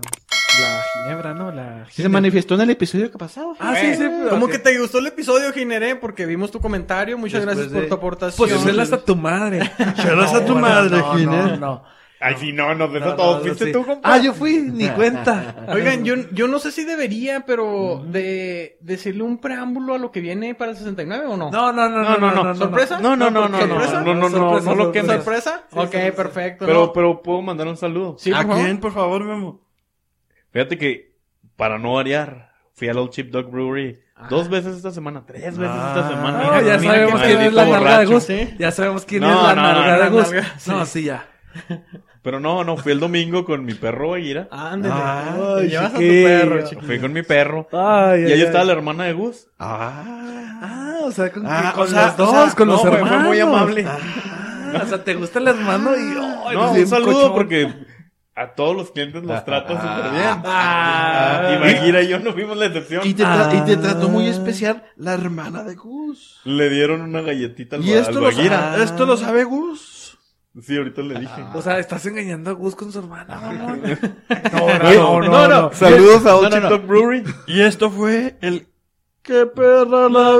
D: la Ginebra, ¿no? La
F: Sí, Se manifestó en el episodio que pasaba.
D: Ah, sí, sí.
C: ¿Cómo
D: ok.
C: que te gustó el episodio, Gineré? Porque vimos tu comentario. Muchas
A: Después
C: gracias
A: de-
C: por tu aportación.
D: Pues hazla hasta tu madre.
A: Chelas a tu madre,
D: no,
A: Gine.
D: No, no.
B: Ay, sí, no, nos
D: No,
B: besó
D: no,
B: todos.
D: no,
B: ¿Fuiste
D: sí.
B: tú, compa?
D: Ah, yo fui, ni cuenta.
C: Oigan, yo, yo no sé si debería, pero de decirle un preámbulo a lo que viene para el 69 o no.
D: No, no, no, no, no, no, no.
C: ¿Sorpresa?
B: No, no, no, no, no,
C: ¿Sorpresa?
B: no, no, no, no,
D: Sorpresa,
B: no lo
D: sorpresa.
B: quemes.
C: ¿Sorpresa?
D: Sí,
C: ok,
D: sorpresa.
C: perfecto.
B: Pero,
C: ¿no?
B: pero puedo mandar un saludo.
C: Sí,
A: ¿A
C: por favor.
A: quién, por favor, Memo?
B: Fíjate que, para no variar, fui al Old Chip Dog Brewery dos veces esta semana, tres veces esta semana.
D: No, ya
B: Mira
D: sabemos
B: qué
D: quién es la
B: maldito
D: nalga de
B: borracho.
D: Gus. Ya sabemos quién
B: No,
D: es la
B: no,
D: nalga
B: no,
D: de
C: no,
D: Gus.
C: nalga, sí.
D: No, sí, ya.
B: Pero no, no, fui el domingo con mi perro, Ira.
C: Ándale.
A: Ay,
C: te llevas
D: chiquillo.
C: a tu perro, chiquillo.
B: Fui con mi perro.
D: Ay,
B: Y ahí estaba la hermana de Gus.
A: Ah.
D: Ah, o sea, con,
A: Ah,
D: con
A: o sea,
D: los dos,
A: o sea,
D: con los
B: no, fue-
D: hermanos.
B: fue muy amable.
D: Ah, o sea, te gusta el hermano y... ay,
B: no,
D: pues,
B: un saludo
D: cochón.
B: porque a todos los clientes los trata súper bien.
D: Ah,
B: y Maguira y yo no fuimos la excepción.
A: Y te, tra- y te
D: Ah.
A: trató muy especial la hermana de Gus.
B: Le dieron una galletita al,
A: Y
B: ba-
A: esto
B: al
A: lo,
B: Baguira.
A: sa- esto lo sabe Gus.
B: Sí, ahorita le dije.
D: O sea, estás engañando a Gus con su hermana, mamón.
A: *laughs*
B: Oye,
D: Ah, no, no, no.
B: Saludos a Old
A: Ah, No, no,
B: Chip
A: no.
B: Dog Brewery.
A: Y esto fue el... ¡Qué perra la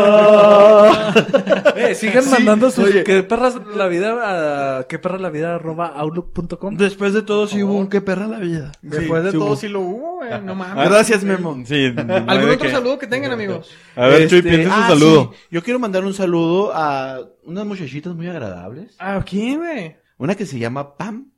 A: vida!
D: Eh, sigan mandando sus
A: oye.
D: que perras la vida a que perras la vida arroba outlook.com.
A: Después de todo sí hubo un qué perra la vida.
C: Después de
D: sí
C: todo,
D: hubo.
C: sí lo hubo, Ah, güey, *laughs* No mames.
A: Gracias, Memo.
B: Sí. no hay
C: ¿Algún
B: de
C: otro
B: qué.
C: saludo que tengan, amigos?
B: A ver, Chuy,
D: Este,
B: piensa un
F: Ah,
B: saludo.
F: sí. Yo quiero mandar un saludo a unas muchachitas muy agradables.
C: ¿A quién, güey?
F: Una que se llama Pam.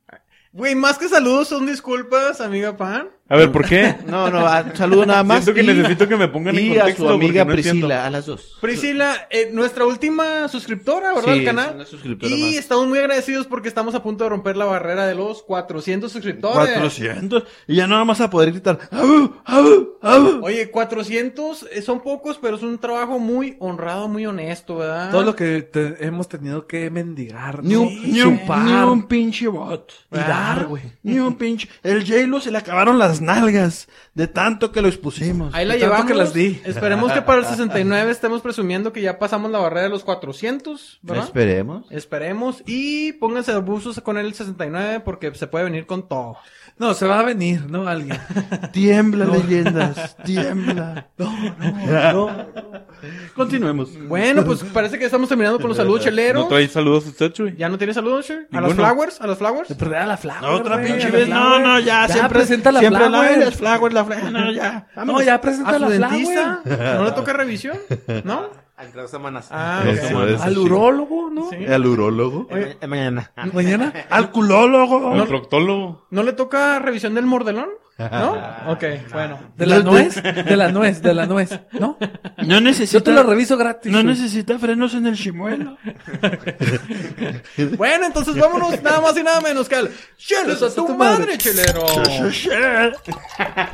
C: Güey, más que saludos son disculpas, amiga Pan.
B: A ver, ¿por qué?
F: No, no, a- un saludo nada más.
B: Siento que
F: y,
B: necesito que me pongan en
F: y a
B: contexto.
F: su
B: porque
F: amiga
B: no
F: Priscila,
B: entiendo.
F: a las dos.
C: Priscila, eh, nuestra última suscriptora, ¿verdad?
F: Sí,
C: al
F: es
C: canal.
F: una suscriptora
C: Y
F: más.
C: estamos muy agradecidos porque estamos a punto de romper la barrera de los 400 suscriptores.
A: 400. Y ya no vamos a poder gritar. ¡Abu! ¡Abu! ¡Abu!
C: Oye, 400 eh, son pocos, pero es un trabajo muy honrado, muy honesto,
A: Ah.
C: ¿verdad?
D: Todo lo que te- hemos tenido que mendigar,
A: Ni un,
D: sí,
A: ni un-
D: chupar
A: ni un pinche bot.
D: y dar, güey.
A: Ni un pinche. El J-Lo se le acabaron las nalgas de tanto que lo expusimos.
C: Ahí la
D: de tanto
C: llevamos.
D: que las di.
C: Esperemos que
D: *laughs*
C: para el 69 estemos presumiendo que ya pasamos la barrera de los 400, ¿verdad?
F: Esperemos.
C: Esperemos y pónganse abusos con el 69 porque se puede venir con todo.
D: No, se va a venir, ¿no?
A: *laughs*
D: Alguien.
A: Tiembla, *laughs* leyendas. Tiembla.
F: Continuemos.
C: Bueno, pues parece que estamos terminando con los saludos cheleros.
B: *laughs* ¿No trae saludos usted, Chuy?
C: ¿Ya no tiene saludos, Sher? ¿A las
B: Ninguno.
C: flowers? ¿A las flowers?
D: Pero era la flaca.
A: Otra
D: güey,
A: pinche
D: era la
A: vez. No,
D: flaca,
A: no,
D: güey.
A: ya. siempre
D: presenta la
A: siempre
D: flaca, güey.
A: la flowers, la flagra. No, ya.
D: No, ya presenta
C: ¿A su
D: la
C: dentista?
D: flaca.
C: ¿No le toca revisión? ¿No?
E: Entre dos semanas.
C: Ah,
B: Eso,
C: ok.
B: madre.
D: güey. Al urólogo, ¿no?
C: Sí.
F: Al urólogo.
E: Eh, ma- eh, mañana.
A: *laughs*
D: Mañana.
A: Al culólogo.
B: El proctólogo.
C: ¿No le toca revisión del mordelón? ¿No? *laughs* Ok, bueno.
D: ¿De la nuez? De la nuez, de la nuez.
A: *laughs*
D: ¿No?
A: No
D: Yo te
A: necesita,
D: lo reviso gratis.
A: no
D: güey.
A: necesita frenos en el chimuelo.
C: Bueno, entonces vámonos nada más y nada menos que al... ¡Cheles a tu madre,
B: *laughs*
C: chelero! Esta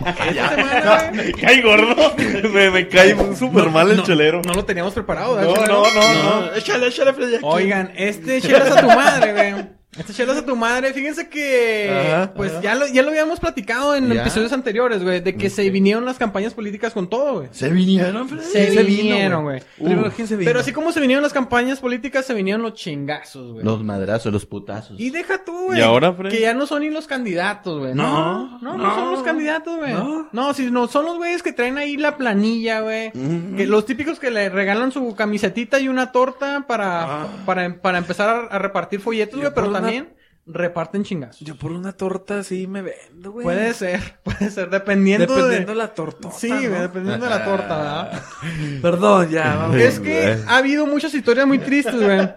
C: semana, güey,
B: *laughs* Cae gordo. Me, me cae súper mal el chelero.
C: No lo teníamos preparado, ¿verdad,
B: No,
C: chelero?
B: no, no, no.
A: No, échale, échale, Freddy. aquí.
C: Oigan, este chelas a tu madre, güey. Este chelas a tu madre, fíjense que
A: Ajá,
C: pues
A: ajá.
C: ya lo ya lo habíamos platicado en
A: Ya.
C: episodios anteriores, güey, de que se vinieron las campañas políticas con todo, güey.
A: ¿Se vinieron, Freddy?
C: Se,
D: se vino,
C: vinieron, güey.
D: Primero, ¿quién se vino?
C: Pero así como se vinieron las campañas políticas, se vinieron los chingazos, güey.
F: Los madrazos, los putazos.
C: Y deja tú, güey.
B: ¿Y ahora, Fred?
C: Que ya no son ni los candidatos, güey.
A: No,
C: No, no, no, son los candidatos, güey.
A: no.
C: No. si no, son los güeyes que traen ahí la planilla, güey.
D: Mm-hmm.
C: Que los típicos que le regalan su camisetita y una torta para, para, para empezar a, a repartir folletos,
D: Yo
C: güey, pero
D: por Ah. una-
C: también reparten chingazos.
D: Yo por una torta sí me vendo, güey.
C: Puede ser, *laughs* puede ser, dependiendo, de-
D: Dependiendo la torta.
C: Sí, güey, dependiendo de la torta,
B: *laughs*
C: ¿verdad?
D: Perdón, ya, vamos.
C: es que ha habido muchas historias muy tristes, güey.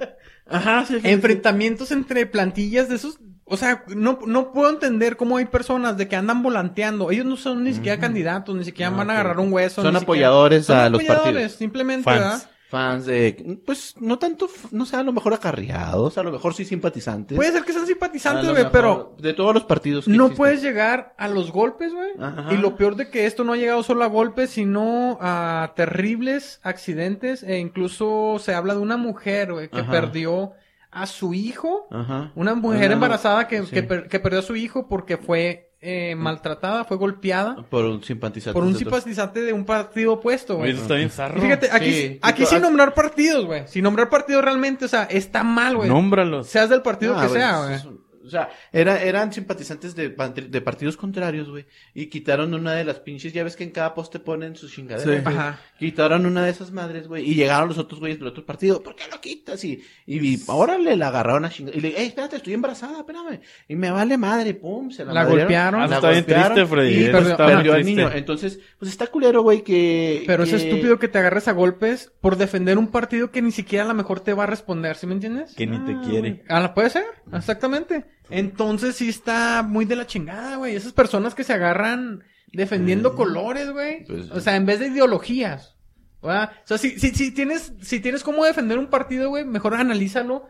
A: Ajá, sí. sí.
C: *laughs* enfrentamientos entre plantillas de esos. O sea, no, no puedo entender cómo hay personas de que andan volanteando. Ellos no son ni siquiera candidatos, ni siquiera van a agarrar un hueso.
F: Ah, Son
C: ni siquiera-
F: apoyadores
C: Son
F: a los
C: apoyadores,
F: partidos.
C: Simplemente,
B: Fans.
C: ¿verdad?
F: Fans de, pues no tanto, f- no sé, a lo mejor acarreados, a lo mejor sí simpatizantes.
C: Puede ser que sean
F: A
C: simpatizantes,
F: lo
C: güey,
F: mejor
C: pero
F: De todos los partidos. que
C: no
F: existen.
C: puedes llegar a los golpes, güey.
F: Ajá.
C: Y lo peor de que esto no ha llegado solo a golpes, sino a terribles accidentes. E incluso se habla de una mujer, güey, que
F: Ajá.
C: perdió a su hijo.
F: Ajá.
C: Una mujer
F: Una-
C: embarazada que,
F: sí.
C: que per- que perdió a su hijo porque fue eh, maltratada, fue golpeada
F: Por un simpatizante.
C: por un
F: de otro-
C: simpatizante de un partido opuesto,
B: Güey,
C: güey.
B: Eso está bien zarro.
C: Y Fíjate, aquí,
F: Sí.
C: aquí sin nombrar partidos, güey. Sin nombrar partidos realmente, o sea, está mal, güey.
B: Nómbralos.
C: Seas del partido
F: Ah,
C: que
F: güey,
C: sea,
F: es-
C: güey.
F: es- O sea, era, eran simpatizantes de, pantri- de partidos contrarios, güey. Y quitaron una de las pinches llaves que en cada poste ponen sus chingaderas.
D: Sí.
F: güey.
C: Ajá.
F: Quitaron una de esas madres, güey. Y llegaron los otros güeyes del otro partido. ¿Por qué lo quitas? Y, y, ahora le la agarraron a chingar. Y le "Ey, espérate, estoy embarazada, espérame. Y me vale madre, pum. Se la,
C: La
F: madrearon.
C: golpearon.
B: Ah,
F: La
B: está bien
F: golpearon
B: triste, Freddy.
F: Y pues,
B: Eso
F: perdió,
B: está bien
F: perdió al
B: triste.
F: niño. Entonces, pues está culero, güey, que.
C: Pero es
F: que-
C: estúpido que te agarres a golpes por defender un partido que ni siquiera a lo mejor te va a responder, ¿sí me entiendes?
B: Que ni te quiere.
C: Ah, la puede ser, exactamente. Entonces sí está muy de la chingada, güey. Esas personas que se agarran defendiendo colores, güey.
F: Pues,
C: o sea, en vez de ideologías. ¿verdad? O sea, si, si, si tienes, si tienes cómo defender un partido, güey, mejor analízalo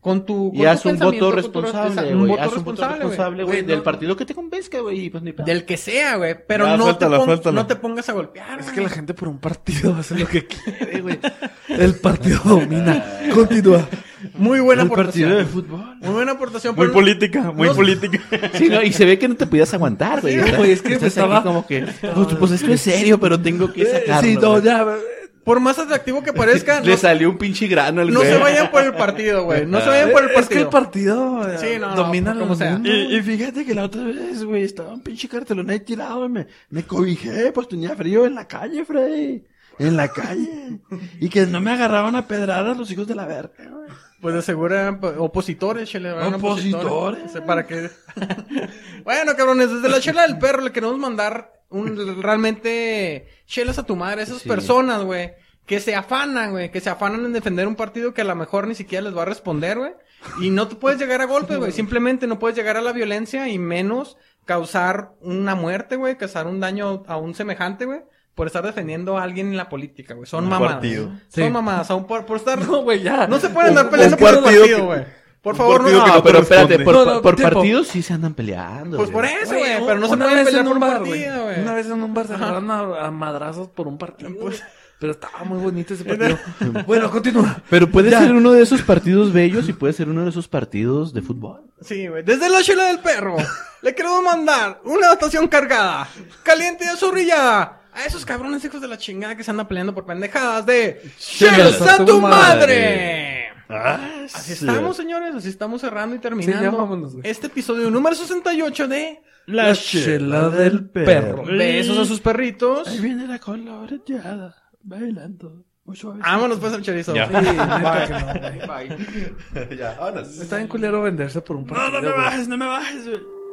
C: con tu.
F: Y
C: con tu
F: haz un
C: pensamiento,
F: voto
C: con tu-
F: responsable,
C: exacto,
F: güey.
C: Un
F: Haz
C: voto responsable, güey.
F: güey.
D: Güey,
F: Del
D: no-
F: partido que te convenzca, güey. y Pues ni pedo.
C: Del que sea, güey. Pero
B: Ya,
C: no,
B: suéltala,
C: te pon-
B: suéltala.
C: no te pongas a golpear.
D: Es que
C: güey.
D: la gente por un partido *laughs* hace lo que quiere, güey. *laughs* El *laughs* partido domina. Continúa.
C: Muy buena
A: El partido de
C: aportación.
A: fútbol.
C: Muy buena aportación.
B: Muy
C: pero-
B: política, muy
C: No-
B: política.
F: *laughs* Sí, no, y se ve que no te podías aguantar, güey.
D: Sí,
F: ¿verdad?
D: güey, es que
F: Estás
D: estaba-
F: aquí como que, pues, pues esto es serio, pero tengo que sacarlo.
D: sí, no,
F: güey.
D: ya.
C: Por más atractivo que parezca,
F: Le
C: no,
F: salió un pinche grano al
C: no
F: güey.
C: se vayan por el partido, güey. No se vayan por el
D: Es que
C: partido.
D: el partido eh,
C: Sí, no, no,
D: domina
C: como
D: como
C: sea.
D: sea.
A: Y, y fíjate que la otra vez, güey, estaba un pinche cartelón ahí tirado y me, me cobijé, pues tenía frío en la calle, Freddy. En la
F: *laughs*
A: calle. Y que no me agarraban a pedradas los hijos de la verga, güey.
C: Pues de seguro eran po- opositores, chile. eran
A: Opositores.
C: O sea, Para que... *laughs* bueno, cabrones, desde la chela del perro le queremos mandar un, realmente chelas a tu madre. Esas personas, güey, que se afanan, güey, que se afanan en defender un partido que a lo mejor ni siquiera les va a responder, güey. Y no te puedes llegar a golpes, güey. Simplemente no puedes llegar a la violencia y menos causar una muerte, güey, causar un daño a un semejante, güey. Por estar defendiendo a alguien en la política, güey. Son
B: Un
C: mamadas.
B: partido.
D: Sí.
C: Son mamadas. aún por, por estar
D: No, güey, ya.
C: no se pueden andar
B: Un-
C: peleando
B: un
C: por el
B: partido
C: partido,
B: que-
C: güey. Por
B: un
C: favor, no.
B: partido que
F: No,
B: no
F: pero
B: responde.
F: espérate, por,
D: No, no,
F: por
D: tiempo.
F: partidos sí se andan peleando.
C: Pues
F: güey.
C: por eso, güey.
D: un-
C: Pero no se
D: una
C: pueden
D: vez
C: pelear
D: en
C: por un
D: bar,
C: partido, güey.
D: Una vez en un bar se agarraron a, a madrazos por un partido.
C: pues.
D: güey. Pero estaba muy
C: *laughs*
D: bonito ese partido. bueno, continúa.
F: Pero puede
D: Ya.
F: ser uno de esos partidos bellos y puede ser uno de esos partidos de fútbol.
C: Sí, güey. Desde la chela del perro, le queremos mandar una dotación cargada, caliente y azorrillada. A esos cabrones hijos de la chingada que se andan peleando por pendejadas de... ¡Chelas a tu madre! Así estamos, señores. Así estamos cerrando y terminando
D: vámonos, güey.
C: este episodio número 68 de...
A: La, chela del perro.
C: Besos a sus perritos.
A: Ahí viene la cola oreteada, bailando. Muy suave.
C: Vámonos pues al chorizo.
B: Ya.
D: Sí, neta que no, güey.
F: ya, ahora sí.
D: Está bien culero venderse por un partido.
A: no, no me
D: güey.
A: bajes, no me bajes, güey.